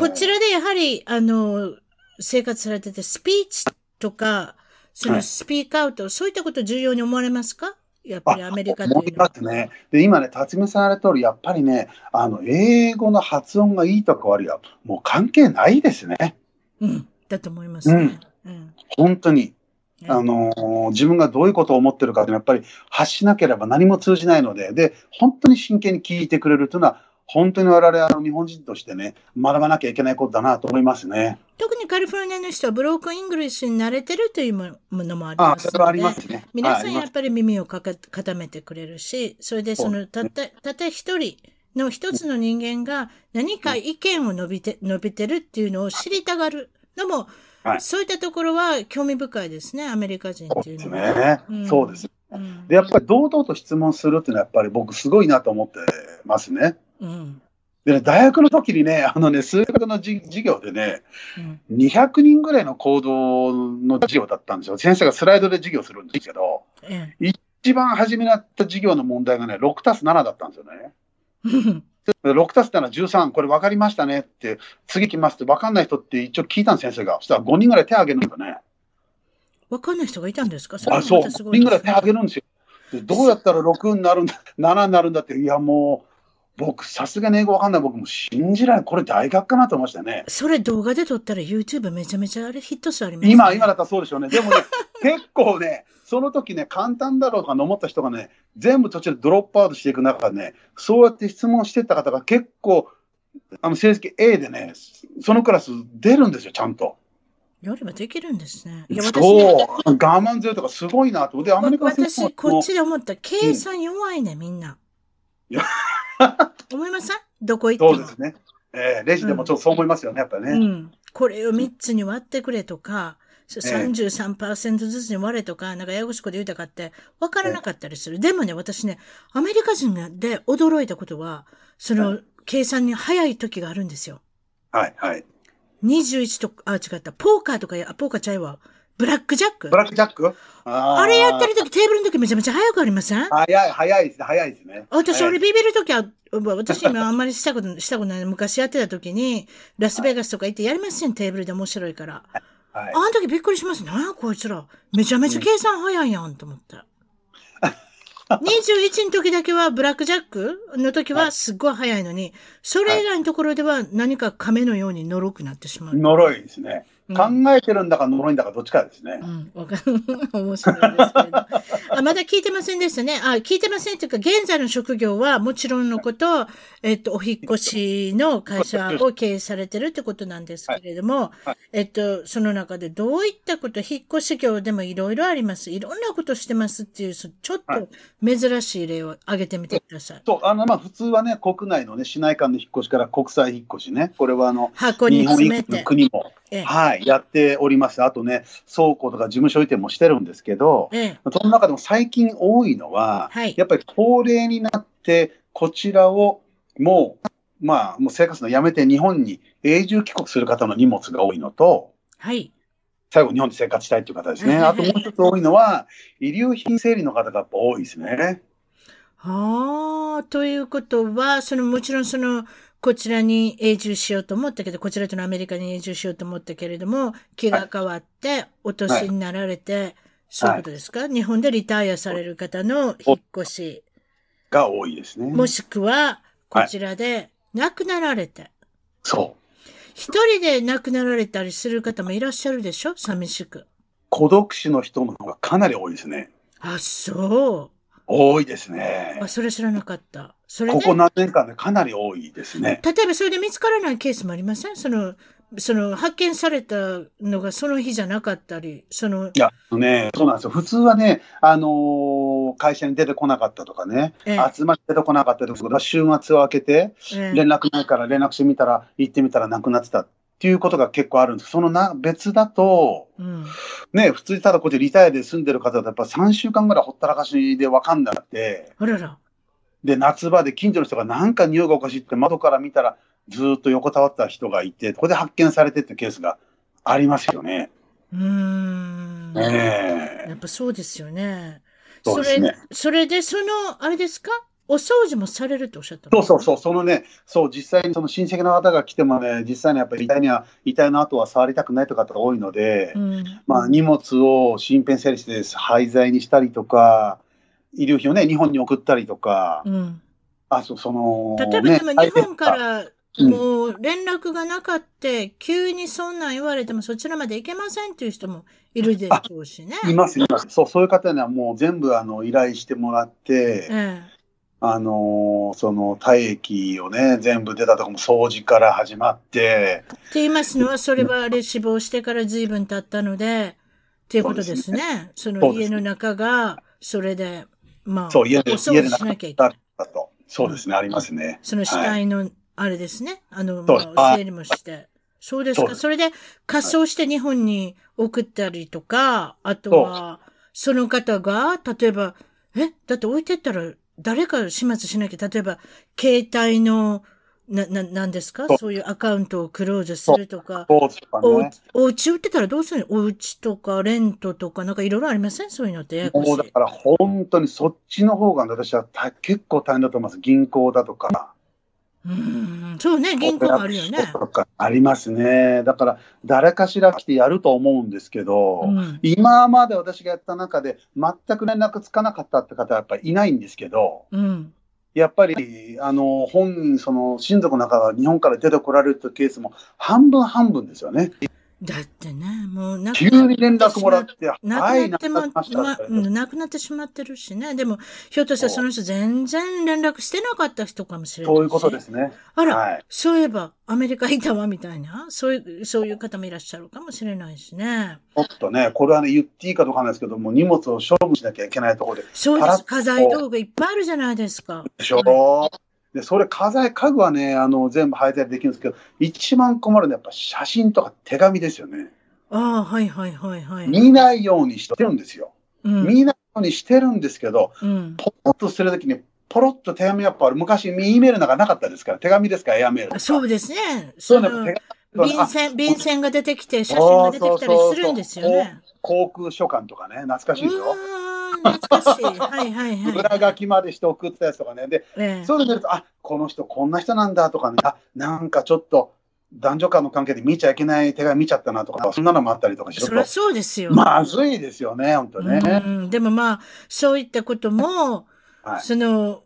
A: こち
B: ら、
A: らでやはり、あの、生活されてて、スピーチとか、そ
B: は
A: の
B: い
A: スピークアウト、そういったこと重要に思われますかやっぱりアメリカと
B: 思
A: い
B: いう
A: の
B: ますね。で、今ね、辰巳さんあれ通り、やっぱりね、あの、英語の発音がいいとか悪いは、もう関係ないですね。
A: うん、だと思いますね。うん
B: 本当に。
A: ね
B: あのー自分がどういうことを思ってるかっていうのはやっぱり発しなければ何も通じないので、で、本当に真剣に聞いてくれるというのは、本当に我々あの日本人としてね、学ばなきゃいけないことだなと思いますね。
A: 特にカリフォルニアの人はブロークンイングリッシュに慣れてるというものもあり
B: あ
A: ま
B: あ、
A: す
B: それはあ
A: ので
B: りますね。
A: 皆さ
B: は
A: ん
B: い
A: や
B: あり
A: っぱり耳をかか固めてくれるし、それでその
B: そ
A: た
B: うで
A: った、たった一人の一つの人間が何か意見を述べて、述べてるっていうのを知りたがるのも、
B: はい
A: そういったところは興味深いですね、アメリカ人っ
B: ます
A: ていう
B: そうです
A: のは。
B: ね。
A: うん
B: そうです。
A: うん
B: で、やっぱり堂々と質問するっていうのは、やっぱり僕すごいなと思ってますね。
A: うん
B: でね、大学の時にね、あのね、数学のじ授業でね、
A: うん
B: 200人ぐらいの行動の授業だったんですよ。先生がスライドで授業するんですけど、
A: え
B: 一番初めにあった授業の問題がね、6たす7だったんですよね。
A: え
B: 6たす7、13、これ分かりましたねって、次来ますって、分かんない人って一応聞いたんです先生が。そしたら5人ぐらい手挙げるんですよね。
A: わかんない人がいたんですかそれ
B: あ、
A: も
B: そう、
A: また
B: 5
A: すごい
B: 人
A: で
B: ぐら
A: す
B: い手挙げるんですよ。でどうやったら6になるんだ、7になるんだって、いやもう、僕、さすがに英語分かんない僕も信じられない。これ大学かなと思いましたね。
A: それ動画で撮ったら YouTube めちゃめちゃあれヒット数ありますね
B: 今、今だったらそうでしょうね。で もね、結構ね、その時ね、簡単だろうとか思った人がね、全部途中でドロップアウトしていく中でね、そうやって質問してった方が結構、あの成績 A でね、そのクラス出るんですよ、ちゃんと。
A: やればできるんですね。いや、私ね、
B: そう、我慢強いとかすごいなと。で、アメリカの先生
A: 私、こ
B: も
A: っちで思った。計算弱いね、みんな。
B: いや
A: 思いませんどこ行って
B: そう
A: も
B: で。すね。えーレジでもちょっとそう思いますよね、やっぱりね。
A: うん。これを3つに割ってくれとか、そう
B: ええ
A: 33%ずつに割れとか、なんかややこしくで言うたかって、分からなかったりする。でもね、私ね、アメリカ人で驚いたことは、その、計算に早い時があるんですよ。
B: はい、はい。
A: 21と、あ、違った。ポーカーとかや、あ、ポーカーちゃいわ。ブラックジャック
B: ブラックジャックあー
A: あれやってる時、テーブルの時めちゃめちゃ早くありません
B: 早い、早いですね、早いですね。
A: 私、
B: 早い
A: 俺ビビるときは、私今あんまりしたこと、したことない。昔やってたときに、ラスベガスとか行ってやりません、テーブルで面白いから。
B: はい
A: あの時びっくりします。なんやこいつら。めちゃめちゃ計算早いやんと思った。21の時だけは、ブラックジャックの時はすっごい早いのに、それ以外のところでは何か亀のようにのろくなってしまう。
B: 呪いですね。
A: うん
B: 考えてるんだか呪いんだかどっちかですね。
A: うん、わかる。面白いですけれど。あ、まだ聞いてませんでしたね。あ、聞いてませんというか、現在の職業はもちろんのこと、えっと、お引っ越しの会社を経営されてるってことなんですけれども、
B: はい
A: えっと、その中でどういったこと、引っ越し業でもいろいろあります。いろんなことしてますっていう、そちょっ
B: は
A: と珍しい例を挙げてみてください。
B: そう、あの、まあ、普通はね、国内のね、市内間の引っ越しから国際引っ越しね、これはあの、
A: 箱に
B: 日本
A: 詰め
B: 以外の
A: て。
B: 国も、
A: ええ、
B: はい、やっております。あとね、倉庫とか事務所移転もしてるんですけど、
A: ええ、
B: その中でも最近多いのは、
A: はい。
B: やっぱり高齢になって、こちらをもう、まあ、もう生活のやめて日本に永住帰国する方の荷物が多いのと、
A: はい。
B: 最後、日本で生活したいという方ですね。
A: はい
B: あともう一つ多いのは、遺留品整理の方がやっぱ多いですね。
A: ああ、ということは、そのもちろんその、こちらに永住しようと思ったけど、こちらとのアメリカに永住しようと思ったけれども、気が変わって、お年になられて、そういうことですか日本でリタイアされる方の引っ越し、
B: が多いですね。
A: もしくは、こちらで亡くなられて、
B: そう。
A: 一人で亡くなられたりする方もいらっしゃるでしょ寂しく。
B: 孤独死の人の方がかなり多いですね。
A: あ、そ
B: 多いです
A: う。
B: ね
A: あ、。それ知らなかった。それで
B: ここ何年間でかなり多いですね。
A: 例えばそれで見つからないケースもありませんその、その発見されたのがその日じゃなかったり、その
B: い、や、あのね、そうなんですよ。普通はね、あのー会社に出てこなかったとかね、
A: ええ
B: 集まって出てこなかったとか、週末を明けて、
A: ええ
B: 連絡ないから連絡してみたら、行ってみたらなくなってたっていうことが結構あるんです。そのな別だと、
A: うん、
B: ね、普通にただこっちリタイアで住んでる方だと、やっぱ3週間ぐらいほったらかしでわかんなくて、
A: あらら、
B: で、夏場で近所の人がなんか匂いがおかしいって窓から見たら、ずーっと横たわってた人がいて、ここで発見されてってケースがありますよね。
A: うーん、
B: ねえ
A: やっぱそうですよね。
B: そうですね
A: れそれで、その、あれですかお掃除もされるとおっしゃった
B: そう
A: の
B: そうそう、そのね、そう、実際にその親戚の方が来てもね、実際にやっぱり遺体には、遺体の後は触りたくないとかが多いので、
A: うん、
B: まあ、荷物を身辺整理して廃材にしたりとか、医療費をね、日本に送ったりとか、
A: うん、
B: あ、そその、
A: 例えば、
B: ね
A: でも日本か
B: 相手が
A: ら
B: うん
A: もう連絡がなかって、急にそんなん言われてもそちらまで行けませんっていう人もいるでしょうしね。
B: います、います。そう、そういう方にはもう全部、あの、依頼してもらって、
A: え
B: あのーその体液をね、全部出たとこも掃除から始まって、
A: え、って言いますのは、それはあれ死亡してから随分経ったので、っていうことですね。そ
B: そ
A: の
B: うで
A: 家
B: す
A: の中が、それで、まあ、
B: そう、家
A: お
B: で、
A: 掃
B: 家で
A: 除
B: な
A: し
B: か
A: な
B: っ
A: きゃいけない。
B: たと。そうですね、ありますね。
A: その死体の、あれですね。あの、
B: そうです
A: まあ、整理もして。そうです
B: そう
A: か。
B: です
A: それで、仮装して日本に送ったりとか、あとは、その方が、例えば、え、だって置いてったら、誰か始末しなきゃ、例えば、携帯の、な、な、なんですか
B: そう
A: そういうアカウントをクローズするとか、
B: そうとか
A: おう
B: ね。
A: お家売ってたらどうするのお家とか、レントとか、なんかいろいろありませんそういうのってややこし
B: もうだ
A: い。
B: から本当にそっちの方が私は大結構大変だと思います。銀行だとか。
A: うん、そうね、銀行もあるよね。
B: とかありますね。だから誰かしら来てやると思うんですけど、
A: うん。
B: 今まで私がやった中で全く連絡つかなかったって方はやっぱりいないんですけど、
A: うん。
B: やっぱり、あの、本人、その、親族の中が日本から出てこられるというケースも半分半分ですよね。
A: だってね、もうなく
B: 急に連絡もらって、
A: な
B: は
A: く
B: い、
A: なっても、
B: 亡くなりま
A: ま
B: した
A: うんなくなってしまってるしね。でも、ひょっとしたら
B: そ
A: そうの人全然連絡してなかった人かもしれないし。
B: そういうことですね。
A: あら、
B: はい。
A: そういえばアメリカいたわみたいな、そういう、そういう方もいらっしゃるかもしれないしね。
B: ちょっとね、これはね、言っていいかどうかわかんないですけども、荷物を処分しなきゃいけないところで、
A: そう
B: あ
A: で
B: ら
A: す。家財道具いっぱいあるじゃないですか。
B: でしょ、で、それ、家財、家具はね、あの、全部配達できるんですけど、一番困るのはやっぱ写真とか手紙ですよね。
A: ああ、はいはいはいはい。
B: 見ないようにしてるんですよ。
A: うん。
B: 見ないようにしてるんですけど、
A: うん。
B: ポロッとするときに、ポロッと手紙やっぱある。昔、ミーメールなんかなかったですから、手紙ですから、エアメールとか。
A: そうですね。
B: そう
A: そ
B: ね、手
A: の、
B: 紙とか
A: 便
B: あ
A: 箋、便箋が出てきて、写真が出てきたりするんですよね。
B: 航空書簡とかね、懐かしいです
A: う
B: よ。
A: わー懐かしい。はいはいはい。
B: 裏書きまでして送ったやつとかね。で、
A: ええ
B: そうで見ると、あこの人、こんな人なんだとかね、あなんかちょっと男女間の関係で見ちゃいけない手紙見ちゃったなとか、そんなのもあったりとかして、
A: そ
B: ち
A: り
B: ょ
A: ゃ
B: っ
A: そうですよ。
B: とまずいですよね、本当ね。
A: うん、でもまあ、そういったことも、
B: はい
A: その、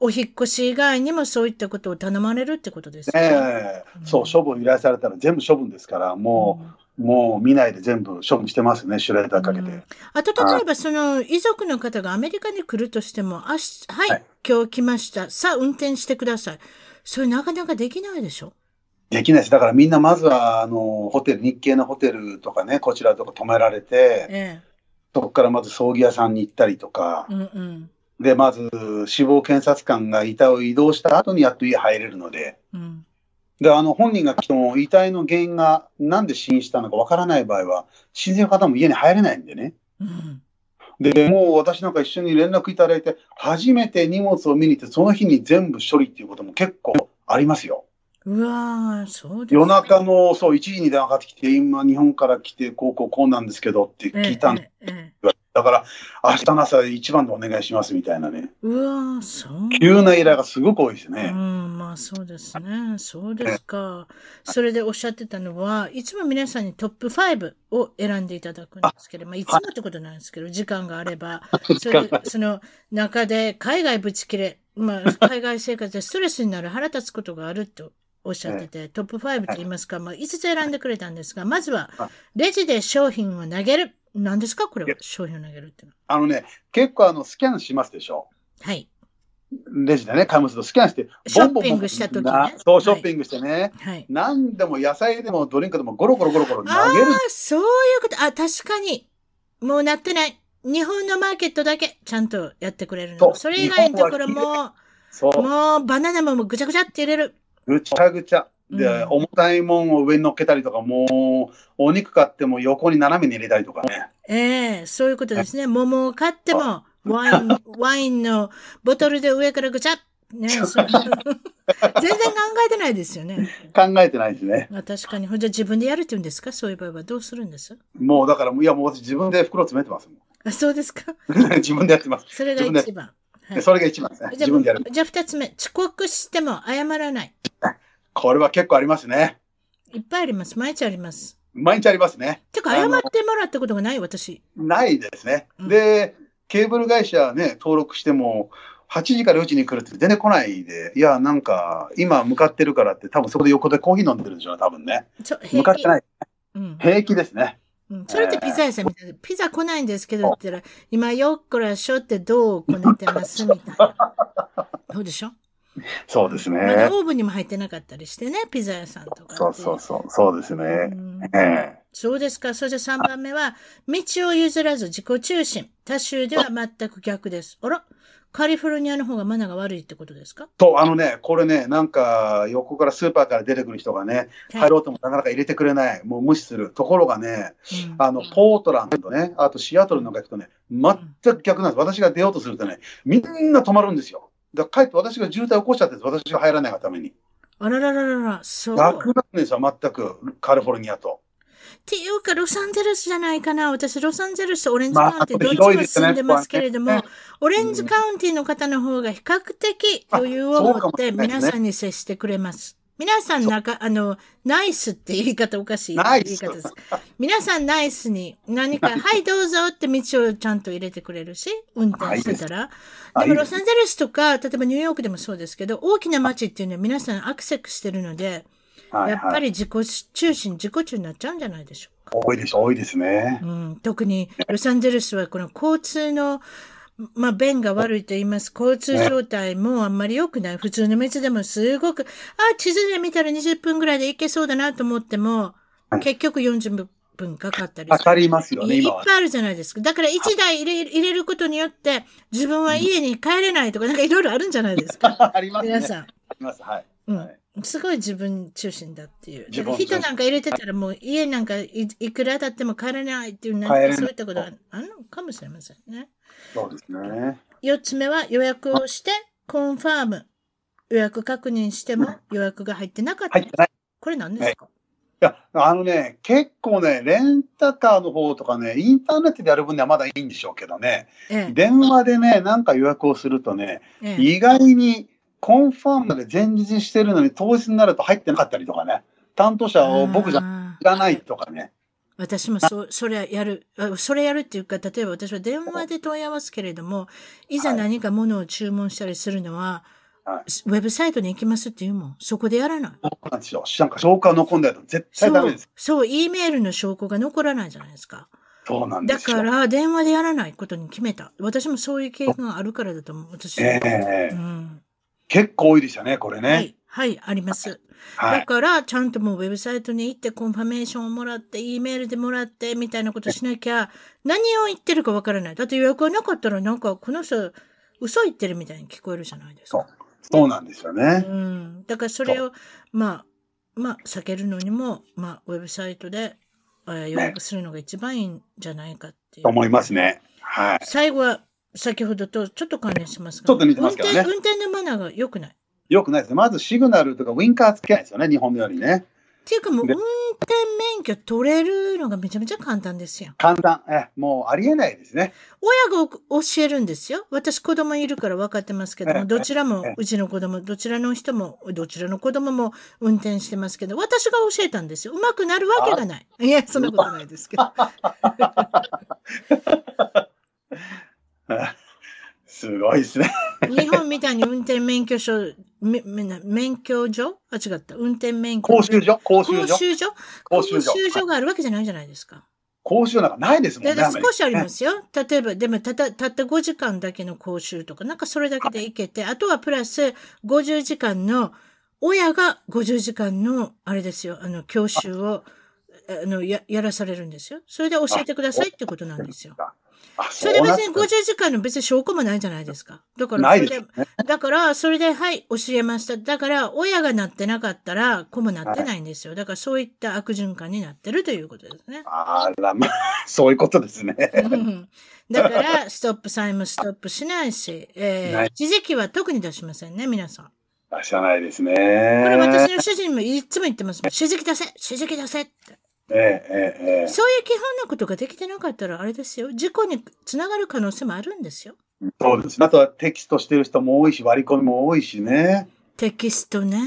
A: お引っ越し以外にもそういったことを頼まれるってことですよ
B: ね
A: ね。
B: え
A: うん
B: そう、処分依頼されたら全部処分ですから、もう、もう見ないで全部処分してますね、シュレーダーかけて。
A: うんあと、例えば、その、遺族の方がアメリカに来るとしても、あし、はい、
B: はい
A: 今日来ました。さあ、運転してください。それなかなかできないでしょ。
B: できないです。だからみんなまずは、あの、ホテル、日系のホテルとかね、こちらとか泊められて、
A: え
B: そこからまず葬儀屋さんに行ったりとか
A: え。う、んうん。
B: で、まず死亡検察官が遺体を移動した後にやっと家入れるので、
A: うん。
B: で、あの、本人が来ても遺体の原因がなんで死因したのかわからない場合は、死んでる方も家に入れないんでね。
A: うん。
B: で、もう私なんか一緒に連絡いただいて、初めて荷物を見に行って、その日に全部処理っていうことも結構ありますよ。
A: うわー、そうですね
B: 夜中の、そう、1時に電話かかってきて、今日本から来て、こうこうこうなんですけどって聞いたん
A: ええええええ
B: だから、明日の朝一番でお願いしますみたいなね。
A: うわー、そう。
B: 急な依頼がすごく多いです
A: う
B: ね。
A: ん、まあそうですね。そうですか。それでおっしゃってたのは、いつも皆さんにトップ5を選んでいただくんですけれども、いつもってことないんですけど、時間があれば、それでその中で海外ぶち切れ、まあ、海外生活でストレスになる腹立つことがあるとおっしゃってて、トップ5と言いますか、まあ5つ選んでくれたんですが、まずは
B: は、
A: レジで商品を投げる。何ですかこれは商品を投げるってのは。
B: あのね、結構あの、スキャンしますでしょ。
A: はい。
B: レジでね、買い物するとスキャンして、
A: ショッピングした時ね
B: な
A: は
B: そ、
A: いう
B: ショッピングしてね。
A: はい。
B: 何でも野菜でもドリンクでもゴロゴロゴロゴロ投げる
A: あ。あ、そういうこと。あ、確かに。もうなってない。日本のマーケットだけちゃんとやってくれる
B: そ
A: の。
B: う
A: それ以外のところ
B: 日本
A: も、
B: そう。
A: もうバナナももうぐちゃぐちゃって入れる。
B: ぐちゃぐちゃ。で、
A: うん
B: 重たいもんを上に乗っけたりとか、もう、お肉買っても横に斜めに入れたりとかね。
A: ええそういうことですね。桃を買っても、ワイン、 ワインのボトルで上からぐちゃね、そう 全然考えてないですよね。
B: 考えてないですね。
A: まあ、確かに。ほんじゃ自分でやるって言うんですかそういう場合はどうするんです
B: もうだから、いやもう私自分で袋詰めてますもん。
A: あそうですか
B: 自分でやってます。
A: それが
B: 自分で
A: 一番。は
B: で
A: い、
B: それが一番ですね。
A: じゃ
B: 自分でや
A: あ
B: る。
A: じゃあ二つ目。遅刻しても謝らない。
B: これは結構ありますね。
A: いっぱいあります。毎日あります。
B: 毎日ありますね。
A: てか、
B: あ
A: 謝
B: の
A: ってもらったことがない、私。
B: ないですね。
A: うん
B: で、ケーブル会社ね、登録しても、8時から4時に来るって出てこないで、いや、なんか、今向かってるからって、多分そこで横でコーヒー飲んでるんでしょうね、多分ね。
A: ちょ平気
B: 向かってない。
A: うん
B: 平気ですね。
A: うんそれってピザ屋さんみたいな。ピザ来ないんですけどって言ったら、今よっこらしょってどうこねてますみたい な。そうでしょ
B: そうですね。
A: まだオーブンにも入ってなかったりしてね、ピザ屋さんとかって。
B: そうそうそう、そうですね。
A: うん
B: ええ
A: そうですか。それで3番目は、道を譲らず自己中心。他州では全く逆です。あらカリフォルニアの方がマナーが悪いってことですか
B: と、あのね、これね、なんか、横からスーパーから出てくる人がね、入ろうともなかなか入れてくれない。もう無視する。ところがね、
A: うん
B: あの、ポートランドね、あとシアトルなんか行くとね、全く逆なんです。私が出ようとするとね、みんな止まるんですよ。だからかえって私が渋滞起こしちゃってるんです私が入らないがために。
A: あららららら、そう。
B: 楽なんですよ、全く。カリフォルニアと。
A: っていうか、ロサンゼルスじゃないかな。私、ロサンゼルスとオレンジカウンティ、
B: ま
A: ど
B: あ
A: っち
B: 広い
A: も
B: ですね
A: 住んでますけれども、
B: ここはね
A: オレンジカウンティの方の方が比較的
B: うん
A: 余裕を持
B: あそ
A: っ
B: うかもしてれないで
A: 皆
B: すね
A: さんに接してくれます。皆さんなんか、あの、ナイスって言い方おかしい。
B: ナイ
A: 言い
B: ス
A: 方です。皆さんナイスに何 か、はい、どうぞって道をちゃんと入れてくれるし、運転してたら。
B: あ
A: で
B: いい
A: も
B: で
A: ロ
B: す
A: サンゼルスとか、例えばニューヨークでもそうですけど、大きな街っていうのは皆さんアクセスしてるので、
B: はい
A: やっぱ
B: はい。
A: り自己中心、自己中になっちゃうんじゃないでしょうか。
B: 多いでしょ、多いですね。
A: うん、特にロサンゼルスはこの交通の、まあ、便が悪いと言います。交通状態もあんまり良くない。普通の道でもすごく、あ、地図で見たら20分ぐらいで行けそうだなと思っても、結局40分かかったり
B: か
A: する。
B: かりますよね、
A: いいっ
B: 今は。
A: ぱいあるじゃないですか。だから1台入れ入れることによって、自分は家に帰れないとか、なんかいろいろあるんじゃないです か。
B: ありますね。
A: 皆さん。
B: あります。はい。
A: うん
B: はい
A: すごい自分中心だっていう。
B: 自分
A: 人なんか入れてたらもう家なんかいいくらだっても帰れないっていうなん
B: 帰れな
A: か
B: い
A: そういったことがあるのかもしれませんね。
B: そうですね。
A: 4つ目は予約をしてコンファーム。予約確認しても予約が入ってなかった。
B: 入ってない。
A: これ何ですか、
B: いや、あのね、結構ね、レンタカーの方とかね、インターネットでやる分にはまだいいんでしょうけどね、
A: え
B: 電話でね、なんか予約をするとね、
A: えええ、
B: 意外にコンファームまで前日にしてるのに当日になると入ってなかったりとかね、担当者を僕じゃ
A: ゃ
B: 知らないとかね、
A: 私もそう、それやる、あそれやるっていうか、例えば私は電話で問い合わすけれども、いざ
B: はい
A: 何か物を注文したりするのは、
B: は
A: ウェブサイトに行きますって言うもん。そこでやらない。
B: そうなんですよ。なんか消化残んないと絶
A: そ
B: 対ダメで
A: う
B: す。、
A: そう、E メールの証拠が残らないじゃないですか。
B: そうなんで
A: だ
B: すよ。
A: から、電話でやらないことに決めた。私もそういう経験があるからだと思う。私、
B: え
A: う
B: え
A: ん
B: 結構多いですよね、これ
A: は
B: ね。
A: い、はい、あります。
B: はい。
A: だから、ちゃんともうウェブサイトに行って、コンファメーションをもらって、E メールでもらって、みたいなことしなきゃ、何を言ってるかわからない。だって予約がなかったら、なんか、この人、嘘言ってるみたいに聞こえるじゃないですか。
B: そうなんですよね。
A: うん、だからそれをまあまあ避けるのにも、まあ、ウェブサイトで、えー予約するのが一番いいんじゃないかっていう、
B: と思いますね。はい。
A: 最後は先ほどとちょっと関連しますが
B: ちょっと似てますけどね
A: 運転運転のマナーが良くないっ
B: よくないです。まずシグナルとかウィンカーつけないですよね、日本のよりね。
A: ていうかもう運
B: で
A: 転免許取れるのがめちゃめちゃ簡単ですよ
B: 簡単。え、もうありえないですね。
A: 親が教えるんですよ私子供いるから分かってますけど
B: え
A: も
B: え
A: どちらも
B: ええ
A: うちの子供どちらの人もどちらの子供も運転してますけど私が教えたんですようまくなるわけがないいやそんなことないですけど
B: すごいで すね。
A: 日本みたいに運転免許証、めめな免許所あ、違った。運転免許。
B: 講習所講習
A: 講
B: 所
A: 習所講
B: 講
A: 習
B: 習所
A: 所があるわけじゃないじゃないですか。
B: 講習所なんかないですもん
A: だ
B: ね。
A: から
B: アメリ
A: 少
B: カ
A: しありますよ。例えば、でもたたたった5時間だけの講習とか、なんかそれだけでいけて、あとはプラス50時間の、親が50時間の、あれですよ、あの、教習を、あのや、やらされるんですよ。それで教えてくださいってことなんですよ。
B: あ
A: それで別に
B: そうな
A: 50
B: ん
A: 時間の別に証拠もないじゃないですか。だから
B: な
A: そ
B: い
A: れ
B: で
A: で、
B: す
A: だからそれではい教えました。だから親がなってなかったら子もなってないんですよ。だからそういった悪循環になってるということですね。
B: あら、まあ、 そういうことですね。
A: うん だからストップサインもストップしないし、え
B: な
A: ー
B: い、
A: 一時期は特に出しませんね、皆さん。
B: あ知らないですね。
A: これ私の主人もいつも言ってますもん。指示出せ指示出せって。
B: えええええ
A: そういう基本のことができてなかったらあれですよ。事故につながる可能性もあるんですよ。
B: えそうですね。あとはテキストしてる人も多いし、割り込みも多いしね。
A: テキストね。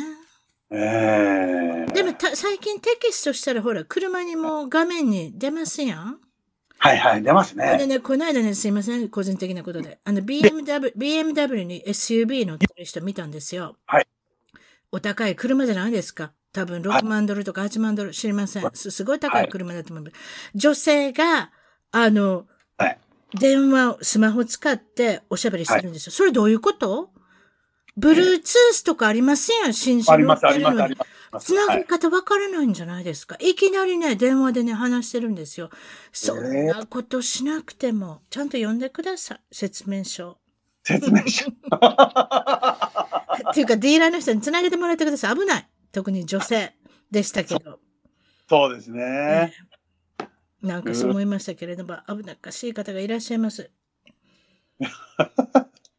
B: ええ
A: でもた最近テキストしたらほら車にもう画面に出ますやん。
B: はいはい、出ます
A: これ
B: ね。
A: ね、この間ね、すいません、個人的なことで。あの、BMW、BMW に SUV 乗ってる人見たんですよ。
B: はい。
A: お高い車じゃないですか。多分
B: はい
A: 6万ドルとか8万ドル、知りません
B: は。
A: すすごい高い車だと思います。女性が、あの、
B: はい
A: 電話を、スマホ使っておしゃべりしてるんですよ。それどういうことブルーツースとかありませんよ、新車
B: あり
A: 乗
B: ま
A: っ
B: す、あ
A: て
B: り
A: る
B: ます、
A: の
B: あ
A: に
B: り。ます。
A: つな
B: は
A: ぎ
B: い、
A: 方わからないんじゃないですか、い、きなりね、電話でね、話してるんですよ。そんなことしなくても、ちゃんと読んでください、説明書。
B: 説明書。
A: っていうか、ディーラーの人につなげてもらってください。危ない。特に女性でしたけど。
B: そうですね。
A: なんかそう思いましたけれども、危なっかしい方がいらっしゃい ます。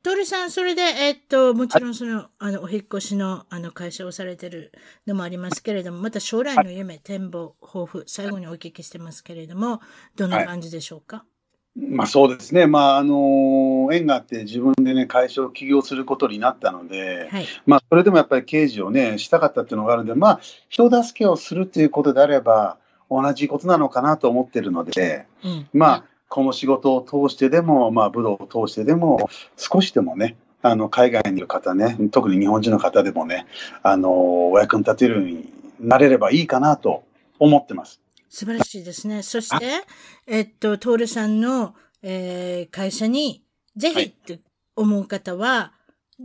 A: トルさん、それで、えっと、もちろんその、あの、お引っ越しの、あの、会社をされてるのもありますけれども、また将来の夢、展望、抱負、最後にお聞きしてますけれども、どんな感じでしょうか、
B: まあそうですね、まああの縁があって、自分でね、会社を起業することになったので、
A: はい。
B: まあ、それでもやっぱり刑事をね、したかったっていうのがあるんで、まあ、人助けをするということであれば、同じことなのかなと思ってるので、
A: うん。
B: まあ、この仕事を通してでも、まあ、武道を通してでも、少しでもね、あの海外にいる方ね、特に日本人の方でもね、あのお役に立てるようになれればいいかなと思ってます。
A: 素晴らしいですね。そして、えっと、トールさんの、えー会社に、ぜひ
B: はい
A: って思う方は、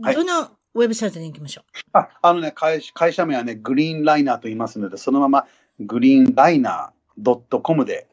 B: はい
A: どのウェブサイトに行きましょ
B: ああのね会、会社名はね、グリーンライナーと言いますので、そのままグリーンライナー .com で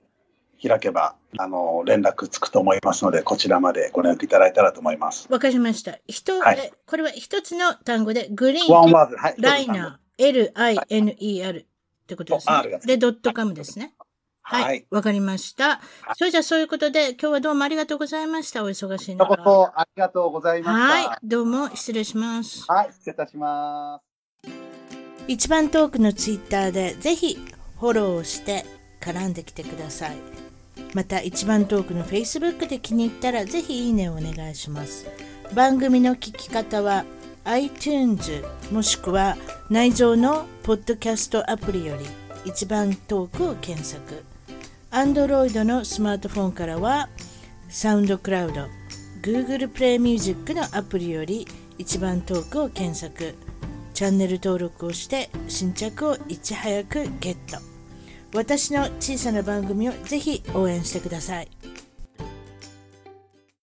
B: 開けば、あの、連絡つくと思いますので、こちらまでご連絡いただいたらと思います。
A: う。わ、かりました。人、
B: はい
A: えこれは一つの単語で、グリ
B: ワ
A: ー
B: ン
A: ン
B: ワーズ、はい。
A: ライ
B: 一つ
A: ナー、L-I-N-E-R ってことです
B: もう R
A: ね
B: が。
A: で、ドットカムですね。
B: はい。
A: はい。わ、かりました。それじゃあ、そういうことで、今日はどうもありがとうございました。お忙しい
B: 一
A: 中。
B: 言ありがとうございま
A: はい
B: し。
A: どうも、失礼します。
B: た。はい、失礼いたします。
A: 一番トークのツイッターでぜひフォローして絡んできてくださいまた一番トークの Facebook で気に入ったらぜひいいねをお願いします番組の聞き方は iTunes もしくは内蔵のポッドキャストアプリより一番トークを検索 Android のスマートフォンからはサウンドクラウド Google プレイミュージックのアプリより一番トークを検索チャンネル登録をして新着をいち早くゲット私の小さな番組をぜひ応援してください